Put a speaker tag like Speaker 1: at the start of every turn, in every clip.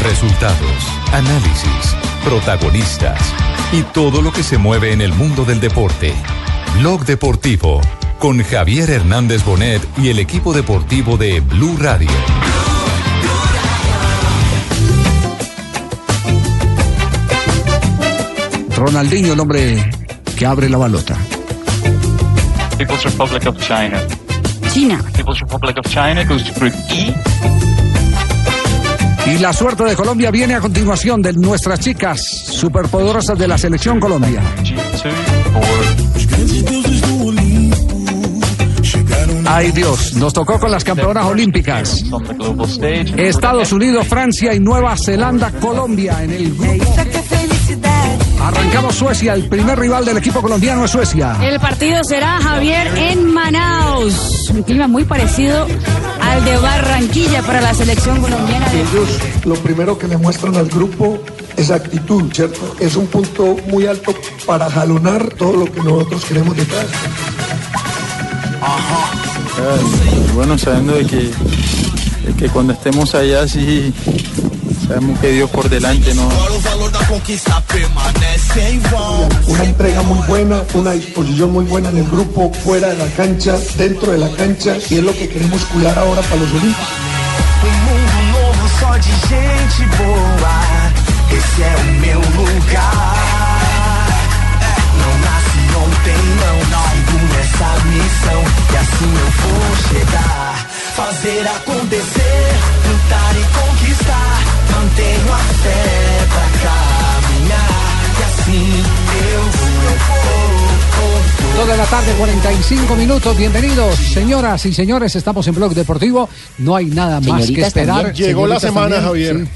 Speaker 1: Resultados, análisis, protagonistas y todo lo que se mueve en el mundo del deporte. Blog Deportivo con Javier Hernández Bonet y el equipo deportivo de Blue Radio.
Speaker 2: Ronaldinho, el hombre que abre la balota.
Speaker 3: People's Republic of China.
Speaker 4: China.
Speaker 3: People's Republic of China goes to group E.
Speaker 2: Y la suerte de Colombia viene a continuación de nuestras chicas superpoderosas de la selección Colombia.
Speaker 3: G2 for
Speaker 5: Os grandes deuses do Olimpo chegaram na
Speaker 2: Ay Dios, nos tocó con las campeonas olímpicas.
Speaker 3: on the global stage.
Speaker 2: Estados Unidos, Francia y Nueva Zelanda, Colombia en el grupo. Arrancamos Suecia, el primer rival del equipo colombiano es Suecia.
Speaker 4: El partido será Javier en Manaus. Un clima muy parecido al de Barranquilla para la selección colombiana. de-
Speaker 6: Ellos lo primero que le muestran al grupo es actitud, ¿cierto? Es un punto muy alto para jalonar todo lo que nosotros queremos detrás.
Speaker 7: Bueno, sabiendo de que, de que cuando estemos allá sí sabemos que Dios por delante no.
Speaker 5: Agora o valor da conquista permanece em vão.
Speaker 6: Una entrega muy buena, una disposición muy buena en el grupo, fuera de la cancha, dentro de la cancha, y es lo que queremos cuidar ahora para los Olímpicos.
Speaker 5: Um mundo novo só de gente boa. Esse é o meu lugar. Não nasci ontem, não. Sigo essa missão e assim eu vou chegar. Fazer acontecer, lutar e conquistar. Mantenho a fé pra caminhar. E assim eu vou, eu vou, eu vou.
Speaker 2: 2 de la tarde, 45 minutos. Bienvenidos, señoras y señores. Estamos en Blog Deportivo. No hay nada más que esperar.
Speaker 8: Llegó la semana, Javier.
Speaker 2: sí.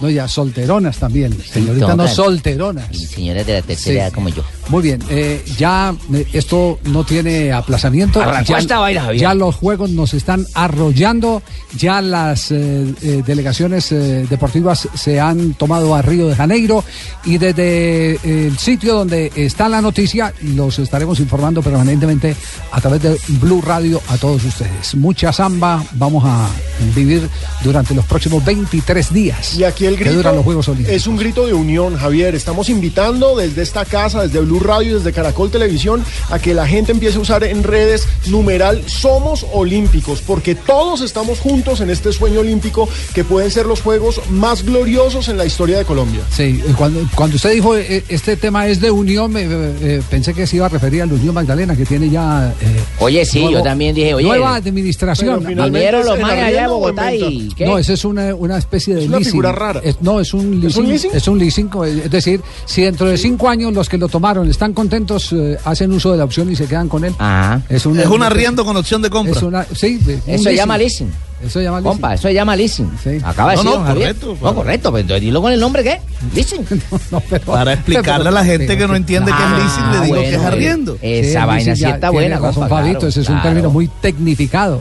Speaker 2: No, ya, solteronas también. Señoritas, no,
Speaker 9: todas.
Speaker 2: solteronas.
Speaker 9: Y señoras de la tercera
Speaker 2: Sí.
Speaker 9: edad como yo.
Speaker 2: Muy bien, eh, ya eh, esto no tiene aplazamiento.
Speaker 9: Arrancó
Speaker 2: Ya,
Speaker 9: esta vaina, Javier.
Speaker 2: ya los juegos nos están arrollando. Ya las eh, eh, delegaciones eh, deportivas se han tomado a Río de Janeiro. Y desde eh, el sitio donde está la noticia, los estaremos informando permanentemente a través de Blue Radio a todos ustedes. Mucha samba vamos a vivir durante los próximos 23 días.
Speaker 8: Y aquí el
Speaker 2: que duran los Juegos
Speaker 8: grito
Speaker 2: Olímpicos.
Speaker 8: es un grito de unión, Javier. Estamos invitando desde esta casa, desde Blue Radio, desde Caracol Televisión, a que la gente empiece a usar en redes numeral Somos Olímpicos, porque todos estamos juntos en este sueño olímpico que pueden ser los juegos más gloriosos en la historia de Colombia.
Speaker 2: Sí, eh, cuando, cuando usted dijo eh, este tema es de unión, me- eh, eh, pensé que se iba a referir a la Unión Magdalena, que tiene ya. eh,
Speaker 9: Oye, sí,
Speaker 2: nuevo-
Speaker 9: yo también dije, oye.
Speaker 2: Nueva
Speaker 8: Pero
Speaker 2: administración.
Speaker 8: final- Finalmente
Speaker 9: Vinieron los
Speaker 8: se
Speaker 9: manes
Speaker 8: la
Speaker 9: allá de
Speaker 8: rieron o
Speaker 9: Bogotá y.
Speaker 8: inventaron.
Speaker 9: ¿qué?
Speaker 2: No, esa es una, una especie de
Speaker 8: Es una
Speaker 2: leasing.
Speaker 8: figura rara.
Speaker 2: Es- no, es un leasing.
Speaker 8: ¿Es un leasing?
Speaker 2: es un leasing, co- Es decir, si dentro de cinco años los que lo tomaron están contentos, eh, hacen uso de la opción y se quedan con él.
Speaker 9: Ah.
Speaker 2: Es un,
Speaker 10: arriendo con opción de compra.
Speaker 2: es una- sí, de- un
Speaker 9: Eso se llama leasing.
Speaker 2: Eso se llama leasing.
Speaker 9: Compa, eso se llama leasing.
Speaker 2: Sí.
Speaker 9: Acaba de
Speaker 10: No,
Speaker 9: decir
Speaker 10: no,
Speaker 9: don Javier.
Speaker 10: correcto,
Speaker 9: No,
Speaker 10: para-
Speaker 9: correcto, pero entonces dilo con el nombre, ¿qué? Leasing.
Speaker 2: No, pero-
Speaker 10: Para explicarle a la gente que no entiende qué
Speaker 9: Ah,
Speaker 10: es leasing, le digo que es
Speaker 9: bueno, eh,
Speaker 10: arriendo.
Speaker 9: Esa
Speaker 2: eh, Sí,
Speaker 9: vaina
Speaker 2: leasing
Speaker 9: sí
Speaker 2: ya
Speaker 9: está
Speaker 2: tiene
Speaker 9: buena,
Speaker 2: razón,
Speaker 9: compa,
Speaker 2: Fabito,
Speaker 9: claro,
Speaker 2: ese es un
Speaker 9: claro.
Speaker 2: término muy tecnificado.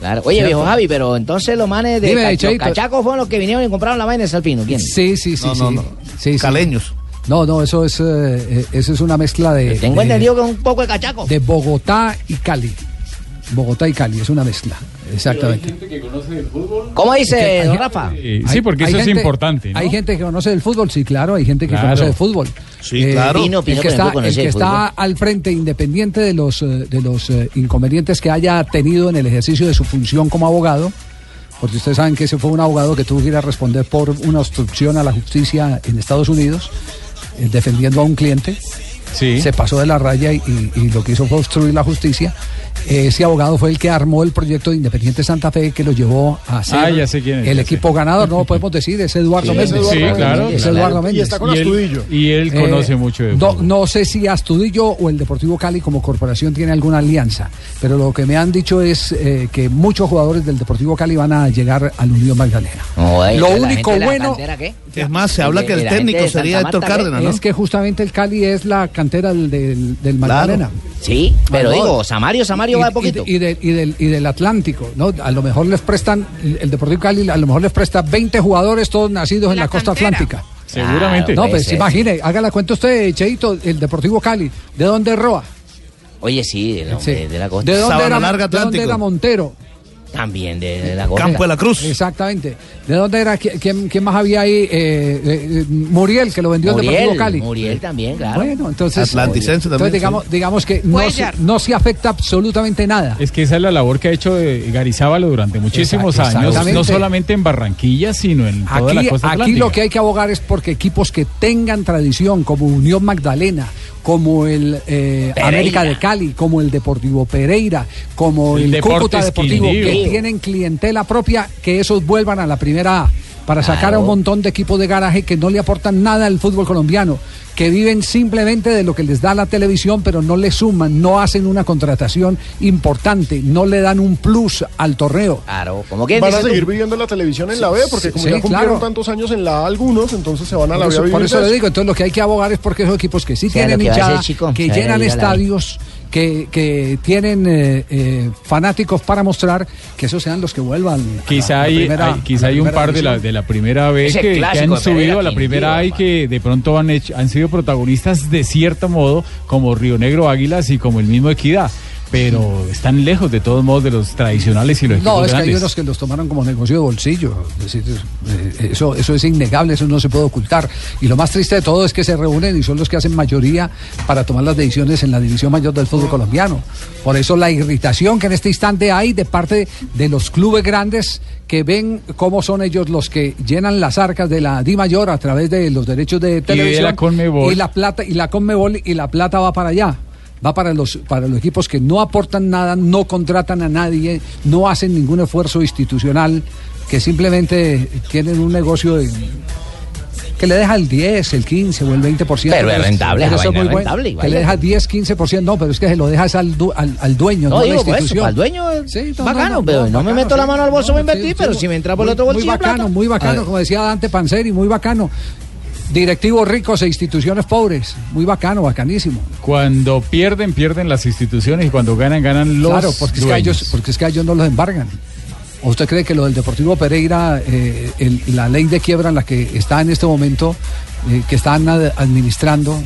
Speaker 9: Claro. Oye,
Speaker 2: Cierto.
Speaker 9: viejo Javi, pero entonces los manes de
Speaker 2: Dime,
Speaker 9: Cacho-
Speaker 2: Cheito.
Speaker 9: Cachaco fueron los que vinieron y compraron la vaina de Salpino. ¿Quién?
Speaker 2: Sí, sí, sí,
Speaker 10: No,
Speaker 2: sí.
Speaker 10: no, no.
Speaker 2: Sí, sí.
Speaker 10: Caleños.
Speaker 2: No, no, eso es, eh, eh, eso es una mezcla de,
Speaker 9: Tengo
Speaker 2: de,
Speaker 9: entendido que es un poco de cachaco.
Speaker 2: de Bogotá y Cali. Bogotá y Cali, es una mezcla. Exactamente.
Speaker 9: ¿Cómo dice,
Speaker 2: hay
Speaker 9: don
Speaker 2: gente-
Speaker 9: Rafa?
Speaker 11: Eh, sí, porque
Speaker 2: Hay
Speaker 11: eso es
Speaker 2: gente-
Speaker 11: importante. ¿no?
Speaker 2: Hay gente que conoce el fútbol, sí, claro, hay gente que
Speaker 11: Claro.
Speaker 2: conoce el fútbol. Eh,
Speaker 10: Sí, claro.
Speaker 9: Pino, Pino,
Speaker 2: el que
Speaker 9: por ejemplo,
Speaker 2: está, el
Speaker 9: conoce
Speaker 2: que
Speaker 9: de
Speaker 2: está
Speaker 9: fútbol.
Speaker 2: al frente, independiente de los, eh, de los eh, inconvenientes que haya tenido en el ejercicio de su función como abogado, porque ustedes saben que ese fue un abogado que tuvo que ir a responder por una obstrucción a la justicia en Estados Unidos, eh, defendiendo a un cliente
Speaker 11: Sí.
Speaker 2: se pasó de la raya y, y- y lo que hizo fue obstruir la justicia. Ese abogado fue el que armó el proyecto de Independiente Santa Fe que lo llevó a ser
Speaker 11: Ah, ya sé quién es,
Speaker 2: el
Speaker 11: ya
Speaker 2: equipo ganador, no lo podemos decir, es Eduardo
Speaker 8: Sí,
Speaker 2: Méndez.
Speaker 8: es Eduardo Sí,
Speaker 11: claro,
Speaker 2: Es
Speaker 11: claro.
Speaker 2: Eduardo Méndez.
Speaker 8: Y está con
Speaker 11: y,
Speaker 8: Astudillo.
Speaker 11: él, y él
Speaker 2: Eh,
Speaker 11: conoce mucho de
Speaker 2: no,
Speaker 11: fútbol.
Speaker 2: no sé si Astudillo o el Deportivo Cali como corporación tiene alguna alianza, pero lo que me han dicho es eh, que muchos jugadores del Deportivo Cali van a llegar al Unión Magdalena.
Speaker 9: No, eh,
Speaker 2: lo
Speaker 9: la gente
Speaker 2: único
Speaker 9: de la
Speaker 2: bueno
Speaker 9: cantera, ¿qué?
Speaker 10: Es más, se habla
Speaker 9: de-
Speaker 10: que
Speaker 9: de
Speaker 10: el
Speaker 9: la gente
Speaker 10: técnico
Speaker 9: de Santa
Speaker 10: sería Héctor
Speaker 9: Marta, ¿eh? ¿qué?
Speaker 10: Cárdenas, ¿no?
Speaker 2: es que justamente el Cali es la cantera del, del, del Magdalena.
Speaker 9: Sí, pero
Speaker 2: Valor.
Speaker 9: digo, Samario, Samario
Speaker 2: y,
Speaker 9: va de
Speaker 2: y-
Speaker 9: poquito.
Speaker 2: y del, y del- y del Atlántico, ¿no? A lo mejor les prestan, el Deportivo Cali, a lo mejor les presta 20 jugadores todos nacidos en la costa atlántica.
Speaker 11: Seguramente.
Speaker 2: No,
Speaker 9: Puede
Speaker 2: pues
Speaker 9: ser.
Speaker 2: imagine, haga la cuenta usted, Cheito, el Deportivo Cali, ¿de dónde es Roa?
Speaker 9: Oye, sí, de, la-
Speaker 2: Sí.
Speaker 9: de- de la costa.
Speaker 2: ¿De dónde
Speaker 9: Pues
Speaker 10: Sabana
Speaker 2: era,
Speaker 10: Larga,
Speaker 2: de dónde
Speaker 10: Atlántico.
Speaker 2: era Montero?
Speaker 12: También de, de la gorra.
Speaker 2: Cruz. Exactamente. ¿De dónde era? ¿Qui- ¿Quién, quién más había ahí? Eh, eh, eh, Muriel, que lo vendió al
Speaker 12: Muriel,
Speaker 2: Deportivo Cali.
Speaker 12: Muriel también, claro.
Speaker 2: Bueno, entonces. eh,
Speaker 11: Atlanticense también,
Speaker 2: Entonces,
Speaker 11: sí.
Speaker 2: digamos, digamos que no se,
Speaker 11: Cuellar.
Speaker 2: no se afecta absolutamente nada.
Speaker 11: Es que esa es la labor que ha hecho eh, Garizábal durante muchísimos
Speaker 2: Exact-
Speaker 11: años,
Speaker 2: exactamente.
Speaker 11: no solamente en Barranquilla, sino en toda la
Speaker 2: Aquí,
Speaker 11: costa
Speaker 2: aquí
Speaker 11: atlántica.
Speaker 2: lo que hay que abogar es porque equipos que tengan tradición, como Unión Magdalena, como el eh,
Speaker 11: Pereira.
Speaker 2: América de Cali, como el Deportivo Pereira, como
Speaker 11: El
Speaker 2: el, Cúcuta
Speaker 11: Deportes
Speaker 2: Deportivo, que
Speaker 11: Quindío.
Speaker 2: tienen clientela propia, que esos vuelvan a la primera A para sacar a un montón de equipos de garaje que no le aportan nada al fútbol colombiano, que viven simplemente de lo que les da la televisión, pero no le suman, no hacen una contratación importante, no le dan un plus al torneo.
Speaker 12: Claro, como
Speaker 8: Van a seguir viviendo la televisión en la B, porque como
Speaker 2: Sí,
Speaker 8: ya cumplieron
Speaker 2: claro.
Speaker 8: tantos años en la A algunos, entonces se van a la
Speaker 2: Por
Speaker 8: B a
Speaker 2: eso,
Speaker 8: vivir
Speaker 2: por eso
Speaker 8: de
Speaker 2: le
Speaker 8: eso.
Speaker 2: digo, entonces lo que hay que abogar es porque esos equipos que sí
Speaker 8: sea,
Speaker 2: tienen
Speaker 8: lo que va a
Speaker 2: hinchada,
Speaker 8: hacer, chico,
Speaker 2: que
Speaker 8: se va a
Speaker 2: llenan
Speaker 8: ir a la B.
Speaker 2: estadios, que, que tienen eh, eh, fanáticos para mostrar, que esos sean los que vuelvan. a la-
Speaker 11: Quizá
Speaker 2: a la
Speaker 11: hay,
Speaker 2: primera-
Speaker 11: hay- quizá
Speaker 2: a la
Speaker 11: hay un
Speaker 2: primera
Speaker 11: par de la,
Speaker 2: división.
Speaker 11: de la primera B
Speaker 2: Ese
Speaker 11: que, que
Speaker 2: clásico
Speaker 11: han
Speaker 2: de Pereira
Speaker 11: subido a la
Speaker 2: Quindío,
Speaker 11: primera A y que de pronto han, hecho, han sido protagonistas de cierto modo, como Río Negro Águilas y como el mismo Equidad. Pero están lejos de todos modos de los tradicionales y los
Speaker 2: No,
Speaker 11: equipos
Speaker 2: es que hay
Speaker 11: grandes.
Speaker 2: unos que los tomaron como negocio de bolsillo. Es decir, eh, eso, eso es innegable, eso no se puede ocultar. Y lo más triste de todo es que se reúnen y son los que hacen mayoría para tomar las decisiones en la división mayor del fútbol colombiano. Por eso la irritación que en este instante hay de parte de los clubes grandes que ven cómo son ellos los que llenan las arcas de la Di Mayor a través de los derechos de televisión
Speaker 11: la Conmebol.
Speaker 2: y la plata y la Conmebol y la plata va para allá. Va para los para los equipos que no aportan nada, no contratan a nadie, no hacen ningún esfuerzo institucional, que simplemente tienen un negocio de- que le deja el 10, el 15 o el 20%.
Speaker 12: Pero es rentable, esa
Speaker 2: eso es
Speaker 12: vaina
Speaker 2: muy
Speaker 12: es
Speaker 2: bueno,
Speaker 12: rentable,
Speaker 2: Que
Speaker 12: vaya.
Speaker 2: le deja 10, 15%, no, pero es que se lo dejas al, du- al, al dueño, no,
Speaker 12: No,
Speaker 2: a la
Speaker 12: digo,
Speaker 10: pues,
Speaker 12: por
Speaker 2: institución.
Speaker 12: eso, al dueño es bacano,
Speaker 2: no, no,
Speaker 12: pero no, me
Speaker 2: bacano,
Speaker 12: meto la
Speaker 2: sí,
Speaker 12: mano al bolso
Speaker 2: no,
Speaker 12: para invertir,
Speaker 2: sí,
Speaker 12: pero
Speaker 2: sí,
Speaker 12: si me entra por
Speaker 2: muy-
Speaker 12: el otro bolsillo.
Speaker 2: Muy bacano,
Speaker 12: plata.
Speaker 2: muy
Speaker 12: A
Speaker 2: bacano,
Speaker 12: ver.
Speaker 2: como decía Dante Panseri, muy bacano. Directivos ricos e instituciones pobres, muy bacano, bacanísimo.
Speaker 11: Cuando pierden, pierden las instituciones y cuando ganan, ganan los
Speaker 2: claro, porque es, que a
Speaker 11: dueños.
Speaker 2: ellos, porque es que a ellos no los embargan. ¿O usted cree que lo del Deportivo Pereira, eh, el- la ley de quiebra en la que está en este momento, eh, que están ad- administrando,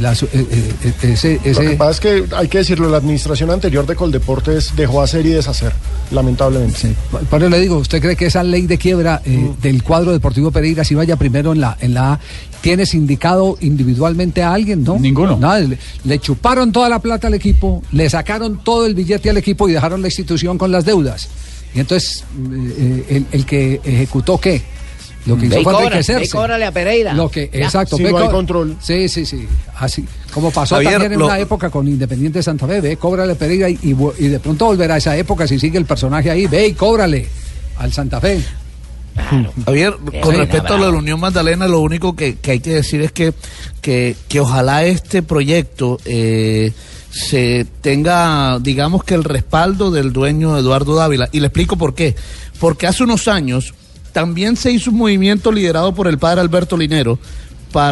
Speaker 2: la su- eh, eh, eh, ese,
Speaker 8: Lo que
Speaker 2: ese,
Speaker 8: pasa es que hay que decirlo, la administración anterior de Coldeportes dejó hacer y deshacer, lamentablemente.
Speaker 2: Por eso le digo, ¿usted cree que esa ley de quiebra eh,
Speaker 12: Mm.
Speaker 2: del cuadro deportivo Pereira, si vaya primero en la, en la A, tiene sindicado individualmente a alguien, no? Ninguno. le, le chuparon toda la plata al equipo, le sacaron todo el billete al equipo y dejaron la institución con las deudas. Y entonces, eh, eh, el, el que ejecutó qué? Lo que
Speaker 12: Mm. Ve
Speaker 2: hizo
Speaker 12: y
Speaker 2: fue
Speaker 12: cóbrale,
Speaker 2: enriquecerse.
Speaker 12: ve y cóbrale a Pereira.
Speaker 2: Lo que,
Speaker 12: Ya.
Speaker 2: exacto.
Speaker 12: Si
Speaker 2: ve
Speaker 12: no
Speaker 2: y
Speaker 12: hay
Speaker 2: co- Sí, sí, sí. Así. Como pasó
Speaker 13: Javier,
Speaker 2: también en
Speaker 13: lo-
Speaker 2: una época con Independiente Santa Fe, ve, cóbrale Pereira y, y vu- y de pronto volverá a esa época si sigue el personaje ahí, ve y cóbrale al Santa Fe.
Speaker 13: Javier, con
Speaker 2: Sí.
Speaker 13: respecto a lo de la Unión Magdalena, lo único que, que hay que decir es que, que, que ojalá este proyecto eh, se tenga, digamos que el respaldo del dueño Eduardo Dávila. Y le explico por qué. Porque hace unos años también se hizo un movimiento liderado por el padre Alberto Linero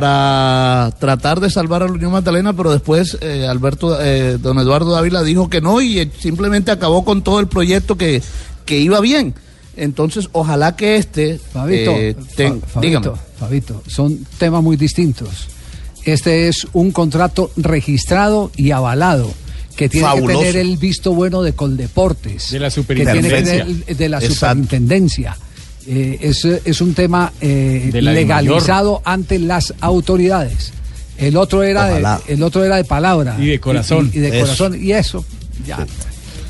Speaker 13: para tratar de salvar a la Unión Magdalena, pero después eh, Alberto, eh, don Eduardo Dávila dijo que no y eh, simplemente acabó con todo el proyecto que, que iba bien. Entonces, ojalá que este
Speaker 2: Fabito,
Speaker 13: eh, ten-
Speaker 2: Fa- Fabito,
Speaker 13: dígame.
Speaker 2: Fabito, son temas muy distintos. Este es un contrato registrado y avalado que tiene
Speaker 11: Fabuloso.
Speaker 2: que tener el visto bueno de Coldeportes.
Speaker 11: De la
Speaker 2: que tiene que
Speaker 11: superintendencia.
Speaker 2: ver de la
Speaker 11: Exacto.
Speaker 2: superintendencia. Eh, es, es un tema eh,
Speaker 11: De la de
Speaker 2: legalizado ante las autoridades. El otro era
Speaker 11: Ojalá.
Speaker 2: de, el otro era de palabra
Speaker 11: Y de corazón.
Speaker 2: y, y de
Speaker 11: Eso.
Speaker 2: corazón y eso ya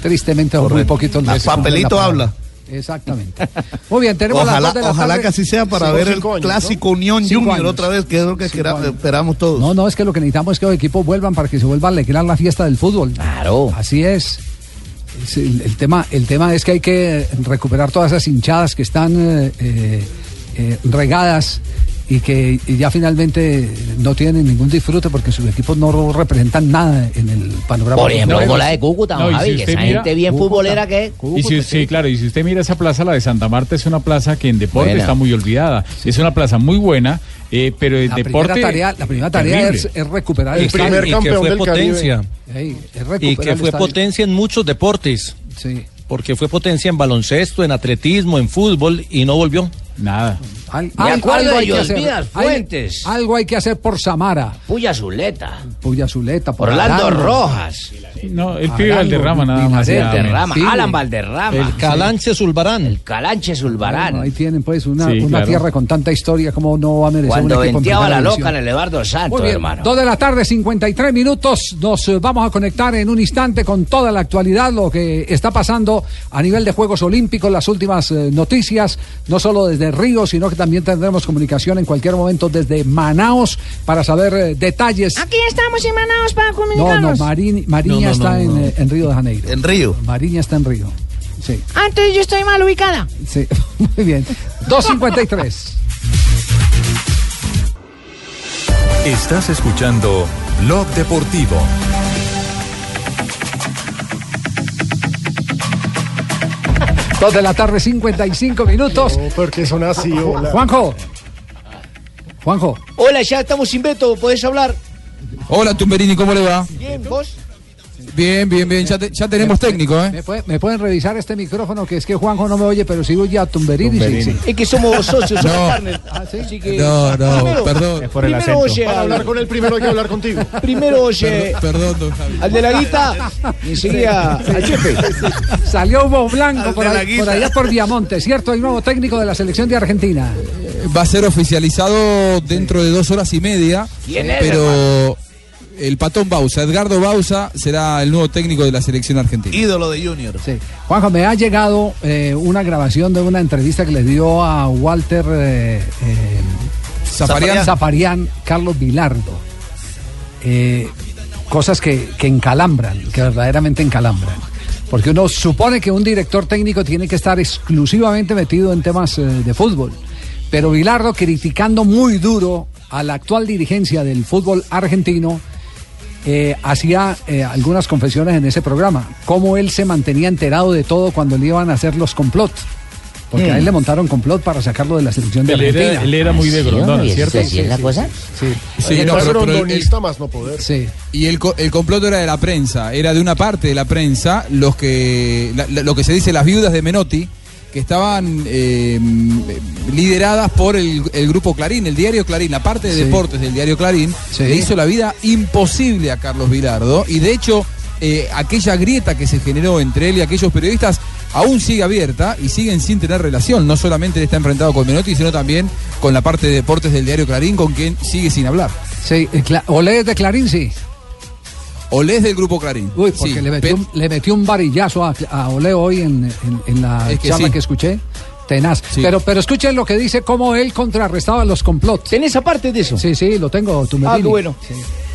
Speaker 2: tristemente muy poquito el
Speaker 13: Ah, papelito habla.
Speaker 2: exactamente muy bien tenemos las
Speaker 13: Ojalá,
Speaker 2: dos de la
Speaker 13: ojalá
Speaker 2: tarde.
Speaker 13: que así sea para
Speaker 2: Sí,
Speaker 13: ver el
Speaker 2: cinco años, ¿no?
Speaker 13: clásico Unión
Speaker 2: Cinco
Speaker 13: Junior
Speaker 2: años.
Speaker 13: otra vez, que es lo que
Speaker 2: Cinco
Speaker 13: quera-
Speaker 2: años.
Speaker 13: esperamos todos.
Speaker 2: No, no, es que lo que necesitamos es que los equipos vuelvan para que se vuelva a alegrar la fiesta del fútbol. Claro. Así es. Es el, el tema, el tema es que hay que recuperar todas esas hinchadas que están eh, eh, eh, regadas y que ya finalmente no tienen ningún disfrute porque sus equipos no representan nada en el panorama.
Speaker 12: Por ejemplo,
Speaker 2: futbolero.
Speaker 12: como la de Cúcuta,
Speaker 11: No, y
Speaker 12: Javi,
Speaker 11: si
Speaker 12: que
Speaker 11: usted
Speaker 12: esa
Speaker 11: mira-
Speaker 12: gente bien
Speaker 11: Cúcuta.
Speaker 12: futbolera que es.
Speaker 11: Y si, sí, claro, y si usted mira esa plaza, la de Santa Marta es una plaza que en deporte
Speaker 2: Buena.
Speaker 11: está muy olvidada. Es una plaza muy buena, eh, pero en
Speaker 2: La
Speaker 11: deporte.
Speaker 2: primera tarea, la primera tarea
Speaker 11: terrible.
Speaker 2: es, es recuperar
Speaker 14: El
Speaker 2: estadio.
Speaker 14: primer Y que campeón fue del potencia.
Speaker 2: Ey, es recuperar
Speaker 14: Y que
Speaker 2: el
Speaker 14: fue
Speaker 2: estadio.
Speaker 14: potencia en muchos deportes.
Speaker 2: Sí.
Speaker 14: Porque fue potencia en baloncesto, en atletismo, en fútbol y no volvió.
Speaker 11: Nada.
Speaker 2: Al-
Speaker 14: Me acuerdo de Yosmidas
Speaker 2: Hay-
Speaker 14: Fuentes.
Speaker 2: algo hay que hacer por Samara.
Speaker 12: Puya Zuleta.
Speaker 2: Puya Zuleta. por
Speaker 12: Orlando
Speaker 2: Aranda,
Speaker 12: Rojas.
Speaker 11: No, el pibe Valderrama nada más. y nada menos.
Speaker 12: Valderrama, Alan Valderrama.
Speaker 11: El
Speaker 2: Calanche
Speaker 14: Zulbarán.
Speaker 12: El Calanche Zulbarán.
Speaker 2: Bueno, ahí tienen pues una,
Speaker 12: Sí,
Speaker 2: una
Speaker 12: claro.
Speaker 2: tierra con tanta historia como no va a merecer
Speaker 12: Cuando
Speaker 2: un equipo en
Speaker 12: venteaba
Speaker 2: primera
Speaker 12: la
Speaker 2: división.
Speaker 12: loca en el Eduardo Santos,
Speaker 2: Muy bien,
Speaker 12: hermano.
Speaker 2: Dos de la tarde, 53 minutos. Nos eh, vamos a conectar en un instante con toda la actualidad, lo que está pasando a nivel de Juegos Olímpicos, las últimas eh, noticias, no solo desde Río, sino que también tendremos comunicación en cualquier momento desde Manaos para saber eh, detalles.
Speaker 4: Ah,
Speaker 15: Aquí estamos en Manaus
Speaker 2: No,
Speaker 15: para
Speaker 2: no,
Speaker 15: comunicarnos.
Speaker 2: Marín- Mariña
Speaker 13: No, no, no,
Speaker 2: está en,
Speaker 13: no.
Speaker 2: eh, en Río de Janeiro.
Speaker 13: En Río.
Speaker 2: Mariña está en Río. Sí,
Speaker 15: Ah, entonces yo estoy mal ubicada.
Speaker 2: sí, muy bien. 253.
Speaker 1: Estás escuchando Blog Deportivo.
Speaker 2: Dos de la tarde, 55 minutos.
Speaker 8: porque son así, hola.
Speaker 2: Juanjo. Juanjo.
Speaker 12: Hola, ya estamos sin Beto, ¿podés hablar?
Speaker 16: Hola, Tumberini, ¿cómo le va?
Speaker 12: Bien, vos.
Speaker 16: Bien, bien, bien. Ya, te- ya tenemos técnico, ¿eh?
Speaker 2: ¿Me, puede- me pueden revisar este micrófono? Que es que Juanjo no me oye, pero sigo ya a Tumberini.
Speaker 16: Tumberini.
Speaker 12: Es que somos socios, somos
Speaker 16: No.
Speaker 12: partners.
Speaker 2: Así
Speaker 12: Ah, que-
Speaker 16: No, no,
Speaker 12: Primero-
Speaker 16: perdón. Es por el
Speaker 12: primero
Speaker 16: acento.
Speaker 12: oye
Speaker 16: Para
Speaker 12: al-
Speaker 16: hablar con él primero hay que hablar contigo.
Speaker 12: Primero oye
Speaker 16: Perdón, don Javi.
Speaker 12: al de la guita y enseguida al jefe.
Speaker 2: Salió Hugo Blanco
Speaker 16: Al
Speaker 2: por,
Speaker 16: de la
Speaker 2: ahí-
Speaker 16: guisa.
Speaker 2: por allá por Diamante, ¿cierto? El nuevo técnico de la selección de Argentina.
Speaker 16: Va a ser oficializado dentro de dos horas y media.
Speaker 2: ¿Quién es,
Speaker 16: Pero el patón Bausa, Edgardo Bausa, será el nuevo técnico de la selección argentina.
Speaker 13: Ídolo de Junior.
Speaker 2: Juanjo, me ha llegado eh, una grabación de una entrevista que le dio a Walter eh, eh,
Speaker 16: Zaparián.
Speaker 2: Zaparián, Carlos Vilardo. Eh, cosas que, que encalambran, que verdaderamente encalambran. Porque uno supone que un director técnico tiene que estar exclusivamente metido en temas eh, de fútbol. Pero Vilardo criticando muy duro a la actual dirigencia del fútbol argentino, eh, hacía eh, algunas confesiones en ese programa. Cómo él se mantenía enterado de todo cuando le iban a hacer los complot. Porque a él
Speaker 17: Mm.
Speaker 2: le montaron complot para sacarlo de la selección de
Speaker 11: Él era-
Speaker 2: Argentina.
Speaker 11: él era muy de
Speaker 2: Ah, Sí,
Speaker 11: Grondona,
Speaker 2: hombre,
Speaker 11: ¿cierto?
Speaker 2: ¿sí es la cosa? Sí.
Speaker 16: Sí, no, pero- pero el-
Speaker 8: más no poder.
Speaker 2: Sí.
Speaker 16: Y el, co- el complot era de la prensa, era de una parte de la prensa, los que, la- la- lo que se dice las viudas de Menotti, que estaban eh, lideradas por el, el grupo Clarín, el diario Clarín, la parte de
Speaker 2: Sí.
Speaker 16: deportes del diario Clarín, le hizo la vida imposible a Carlos Vilardo. Y de hecho, eh, aquella grieta que se generó entre él y aquellos periodistas aún sigue abierta y siguen sin tener relación. No solamente él está enfrentado con Menotti, sino también con la parte de deportes del diario Clarín, con quien sigue sin hablar.
Speaker 2: Sí, eh, Cla- Olé es de Clarín, sí.
Speaker 16: Olé es del grupo Clarín.
Speaker 2: Uy, porque
Speaker 16: Sí,
Speaker 2: le, metió, un- le metió un varillazo a, a Olé hoy en, en- en la
Speaker 16: Es que
Speaker 2: charla
Speaker 16: sí.
Speaker 2: que escuché. Tenaz. Pero, pero escuchen lo que dice, cómo él contrarrestaba los complots.
Speaker 12: ¿Tenés aparte de eso?
Speaker 2: Sí, sí, lo tengo, tú me
Speaker 18: Ah, qué bueno.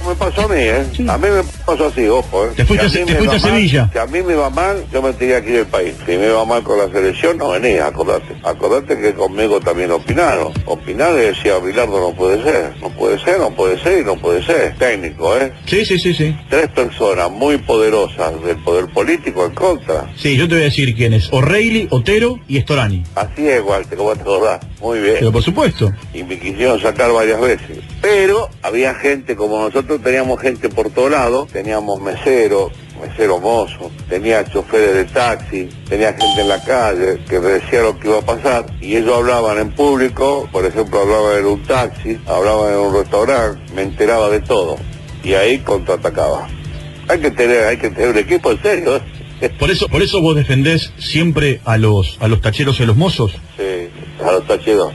Speaker 18: Me pasó a mí, ¿eh? A mí me pasó así, ojo, ¿eh?
Speaker 3: Te fuiste
Speaker 18: si
Speaker 3: a-
Speaker 18: mí
Speaker 3: te
Speaker 18: me
Speaker 3: fuiste
Speaker 18: va
Speaker 3: a
Speaker 18: mal,
Speaker 3: Sevilla.
Speaker 18: Si a mí me va mal, yo me tenía que ir del país. Si me va mal con la selección, no venía, acordate. Acordate que conmigo también opinaron. Opinaron y decía, Bilardo no puede ser, no puede ser, no puede ser y no puede ser. Técnico, ¿eh?
Speaker 3: Sí, sí, sí, sí.
Speaker 18: Tres personas muy poderosas del poder político en contra.
Speaker 3: Sí, yo te voy a decir quién es. O'Reilly, Otero y Storani.
Speaker 18: Así es, Walter, como te acordás. Muy bien.
Speaker 3: Pero por supuesto.
Speaker 18: y me quisieron sacar varias veces. Pero había gente como nosotros, teníamos gente por todo lado, teníamos meseros, mesero mozo, tenía choferes de taxi, tenía gente en la calle que decía lo que iba a pasar y ellos hablaban en público, por ejemplo hablaban en un taxi, hablaban en un restaurante, me enteraba de todo y ahí contraatacaba. Hay que tener, hay que tener un equipo en serio. ¿eh?
Speaker 3: Por eso, por eso vos defendés siempre a los, a los tacheros y a los mozos.
Speaker 18: Sí, a los tacheros.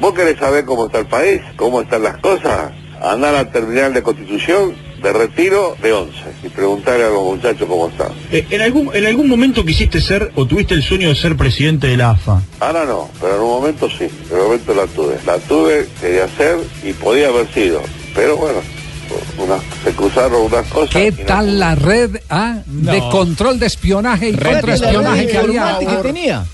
Speaker 18: ¿Vos querés saber cómo está el país? ¿Cómo están las cosas? Andar al terminal de constitución de retiro de 11 y preguntarle a los muchachos cómo están.
Speaker 3: Eh, en, algún, en algún momento quisiste ser o tuviste el sueño de ser presidente de la AFA.
Speaker 18: Ahora no, pero en un momento sí, en un momento la tuve. La tuve, quería hacer y podía haber sido. Pero bueno, unas- se cruzaron unas cosas.
Speaker 2: ¿Qué
Speaker 18: y no
Speaker 2: tal la red ah, de
Speaker 18: No.
Speaker 2: control de espionaje y contraespionaje que había?
Speaker 12: informante que tenía.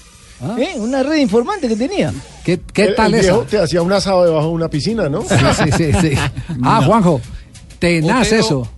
Speaker 12: ¿Eh? Una red informante que tenía.
Speaker 2: Ah. ¿Qué,
Speaker 8: El- Eh, el viejo Te hacía un asado debajo de una piscina, ¿no?
Speaker 2: Sí, sí, sí, sí. Ah,
Speaker 16: No.
Speaker 2: Juanjo, tenaz
Speaker 16: Otero.
Speaker 2: eso.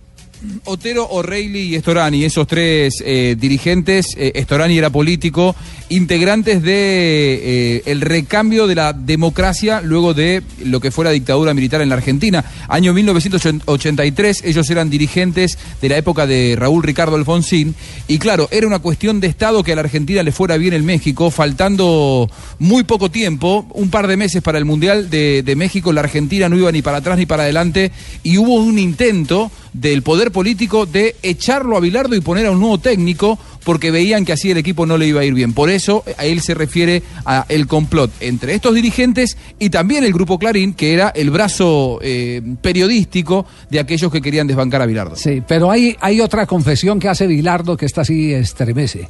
Speaker 16: Otero, O'Reilly y Storani, esos tres eh, dirigentes, eh, Storani era político, integrantes de eh, el recambio de la democracia luego de lo que fue la dictadura militar en la Argentina. Año 1983, ellos eran dirigentes de la época de Raúl Ricardo Alfonsín y claro, era una cuestión de Estado que a la Argentina le fuera bien el México, faltando muy poco tiempo, un par de meses para el Mundial de, de México, la Argentina no iba ni para atrás ni para adelante y hubo un intento del poder político de echarlo a Bilardo y poner a un nuevo técnico porque veían que así el equipo no le iba a ir bien. Por eso a él se refiere a el complot entre estos dirigentes y también el grupo Clarín, que era el brazo eh, periodístico de aquellos que querían desbancar a Bilardo.
Speaker 2: Sí, pero hay, hay otra confesión que hace Bilardo que esta sí estremece.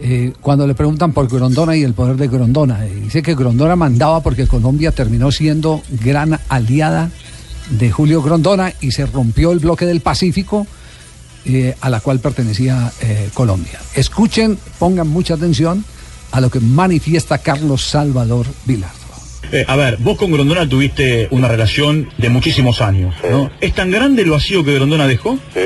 Speaker 2: Eh, cuando le preguntan por Grondona y el poder de Grondona, eh, dice que Grondona mandaba porque Colombia terminó siendo gran aliada de Julio Grondona y se rompió el bloque del Pacífico eh, a la cual pertenecía eh, Colombia. Escuchen, pongan mucha atención a lo que manifiesta Carlos Salvador Vilar.
Speaker 3: Eh, a ver, vos con Grondona tuviste una relación de muchísimos años, ¿no? ¿Es tan grande el vacío que Grondona dejó?
Speaker 18: Sí,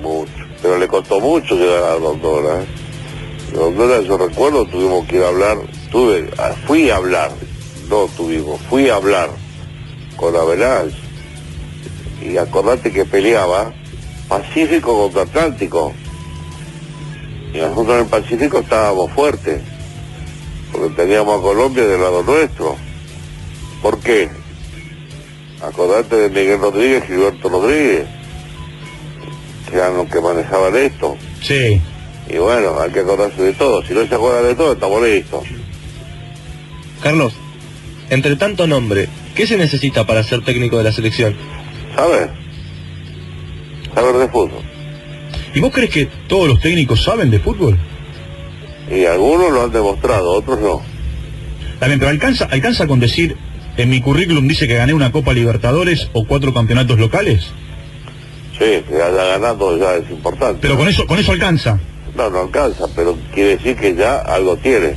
Speaker 18: mucho. Pero le costó mucho llegar a Grondona. ¿eh? Grondona, yo recuerdo, tuvimos que ir a hablar, tuve, ah, fui a hablar, no tuvimos, fui a hablar con Avelange. Y acordate que peleaba Pacífico contra Atlántico. Y nosotros en el Pacífico estábamos fuertes, porque teníamos a Colombia del lado nuestro. ¿Por qué? Acordate de Miguel Rodríguez y Gilberto Rodríguez, que eran los que manejaban esto.
Speaker 3: Sí.
Speaker 18: Y bueno, hay que acordarse de todo. Si no se acuerda de todo, estamos listos.
Speaker 3: Carlos, entre tanto nombre, ¿qué se necesita para ser técnico de la selección?
Speaker 18: ¿Sabes? Saber de fútbol.
Speaker 3: ¿Y vos crees que todos los técnicos saben de fútbol?
Speaker 18: Y algunos lo han demostrado, otros no.
Speaker 3: También, pero alcanza, alcanza con decir, en mi currículum dice que gané una Copa Libertadores o cuatro campeonatos locales.
Speaker 18: Sí, que haya ganado ya es importante.
Speaker 3: Pero con eso, con eso alcanza.
Speaker 18: No, no alcanza, pero quiere decir que ya algo tiene.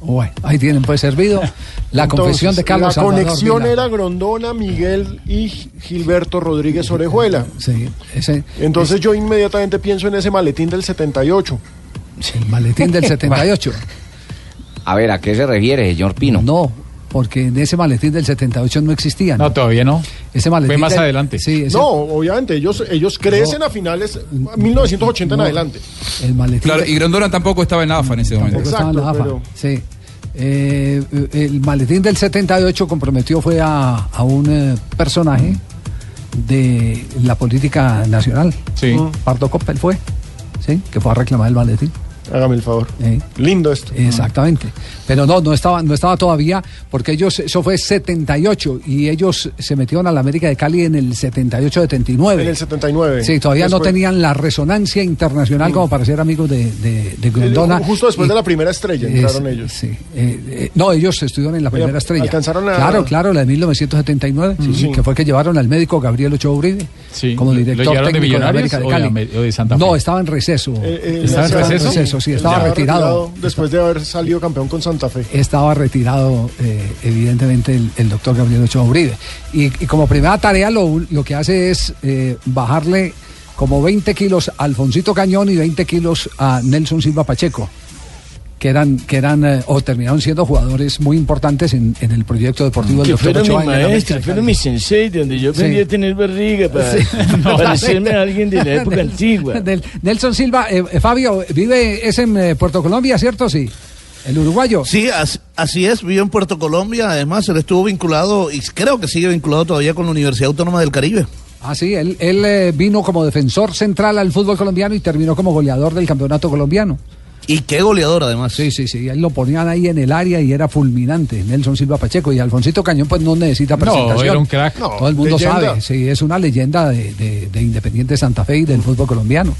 Speaker 2: Bueno, ahí tienen pues servido la confesión
Speaker 8: Entonces,
Speaker 2: de Carlos
Speaker 8: La
Speaker 2: Salvador
Speaker 8: conexión
Speaker 2: Vilar.
Speaker 8: era Grondona, Miguel y Gilberto Rodríguez Orejuela.
Speaker 2: Sí, ese,
Speaker 8: Entonces yo inmediatamente pienso en ese maletín del 78.
Speaker 2: el maletín del 78.
Speaker 17: A ver, ¿a qué se refiere, señor Pino?
Speaker 2: No, porque en ese maletín del 78 no existía. No,
Speaker 11: todavía no.
Speaker 2: Ese maletín
Speaker 11: Fue más
Speaker 2: del-
Speaker 11: adelante.
Speaker 2: Sí, ese-
Speaker 8: No, obviamente, ellos, ellos crecen a finales 1980
Speaker 2: No.
Speaker 8: en adelante.
Speaker 2: el maletín
Speaker 16: Claro,
Speaker 2: del-
Speaker 16: y Grondona tampoco estaba en la AFA en ese momento.
Speaker 2: Tampoco estaba en la AFA, sí. Eh, el maletín del 78 comprometió fue a, a un eh, personaje de la política nacional.
Speaker 11: Sí.
Speaker 2: Pardo Coppel fue, ¿sí? Que fue a reclamar el maletín.
Speaker 8: Hágame el favor. Lindo esto.
Speaker 2: Exactamente. Pero no, no estaba, no estaba todavía, porque ellos, eso fue 78 y ellos se metieron a la América de Cali en el 78-79.
Speaker 8: En el 79.
Speaker 2: Sí, todavía no
Speaker 8: Después-
Speaker 2: tenían la resonancia internacional como para ser amigos de, de, de Grondona.
Speaker 8: El- Eh, Justo después
Speaker 2: Y-
Speaker 8: de la primera estrella
Speaker 2: es-
Speaker 8: entraron ellos.
Speaker 2: Sí. Eh, no, ellos estudiaron en la primera
Speaker 8: Oye,
Speaker 2: estrella.
Speaker 8: alcanzaron a-
Speaker 2: Claro, claro, la de 1979, sí, sí, que fue que llevaron al médico Gabriel Ochoa Uribe
Speaker 11: Sí.
Speaker 2: como
Speaker 11: ¿Lo
Speaker 2: director
Speaker 11: llevaron de
Speaker 2: técnico de, la
Speaker 11: Millonarios
Speaker 2: América de
Speaker 11: o de
Speaker 2: Cali.
Speaker 11: Amer- o de Santa
Speaker 2: no, estaba en receso.
Speaker 8: Eh,
Speaker 2: Estaba en
Speaker 8: nació-
Speaker 2: receso, sí, estaba
Speaker 8: Estaba
Speaker 2: retirado.
Speaker 8: Después de haber salido campeón con Santa Fe.
Speaker 2: Estaba retirado, eh, evidentemente, el, el doctor Gabriel Ochoa Uribe. Y, y como primera tarea, lo, lo que hace es eh, bajarle como 20 kilos a Alfoncito Cañón y 20 kilos a Nelson Silva Pacheco, que eran, que eran eh, o terminaron siendo jugadores muy importantes en, en el proyecto deportivo del
Speaker 12: Que
Speaker 2: doctor
Speaker 12: fueron
Speaker 2: Ochoa.
Speaker 12: mi
Speaker 2: en el América
Speaker 12: maestro,
Speaker 2: de
Speaker 12: fueron mi sensei, donde yo aprendí
Speaker 2: Sí.
Speaker 12: a tener barriga para
Speaker 2: Sí.
Speaker 12: para parecerme a alguien de la época
Speaker 2: Del-
Speaker 12: antigua.
Speaker 2: del- Nelson Silva, eh, eh, Fabio, vive, es en eh, Puerto Colombia, ¿cierto? Sí. El uruguayo.
Speaker 13: Sí, as- así es, vive en Puerto Colombia, además él estuvo vinculado y creo que sigue vinculado todavía con la Universidad Autónoma del Caribe.
Speaker 2: Ah, sí, él, él eh, vino como defensor central al fútbol colombiano y terminó como goleador del campeonato colombiano.
Speaker 13: Y qué goleador además.
Speaker 2: Sí, sí, sí, él lo ponían ahí en el área y era fulminante, Nelson Silva Pacheco. Y Alfonsito Cañón, pues no necesita
Speaker 11: No,
Speaker 2: presentación.
Speaker 11: era un crack. No,
Speaker 2: Todo el mundo
Speaker 11: leyenda.
Speaker 2: sabe, sí, es una leyenda de, de- de Independiente Santa Fe y del fútbol colombiano.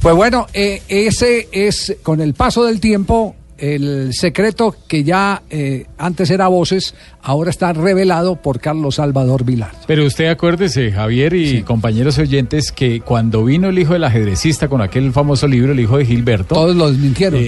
Speaker 2: Pues bueno, eh, ese es, con el paso del tiempo, el secreto que ya eh, antes era voces, ahora está revelado por Carlos Salvador Vilar.
Speaker 11: Pero usted acuérdese, Javier y compañeros oyentes, que cuando vino el hijo del ajedrecista con aquel famoso libro, el hijo de Gilberto. eh,
Speaker 2: Todos los mintieron.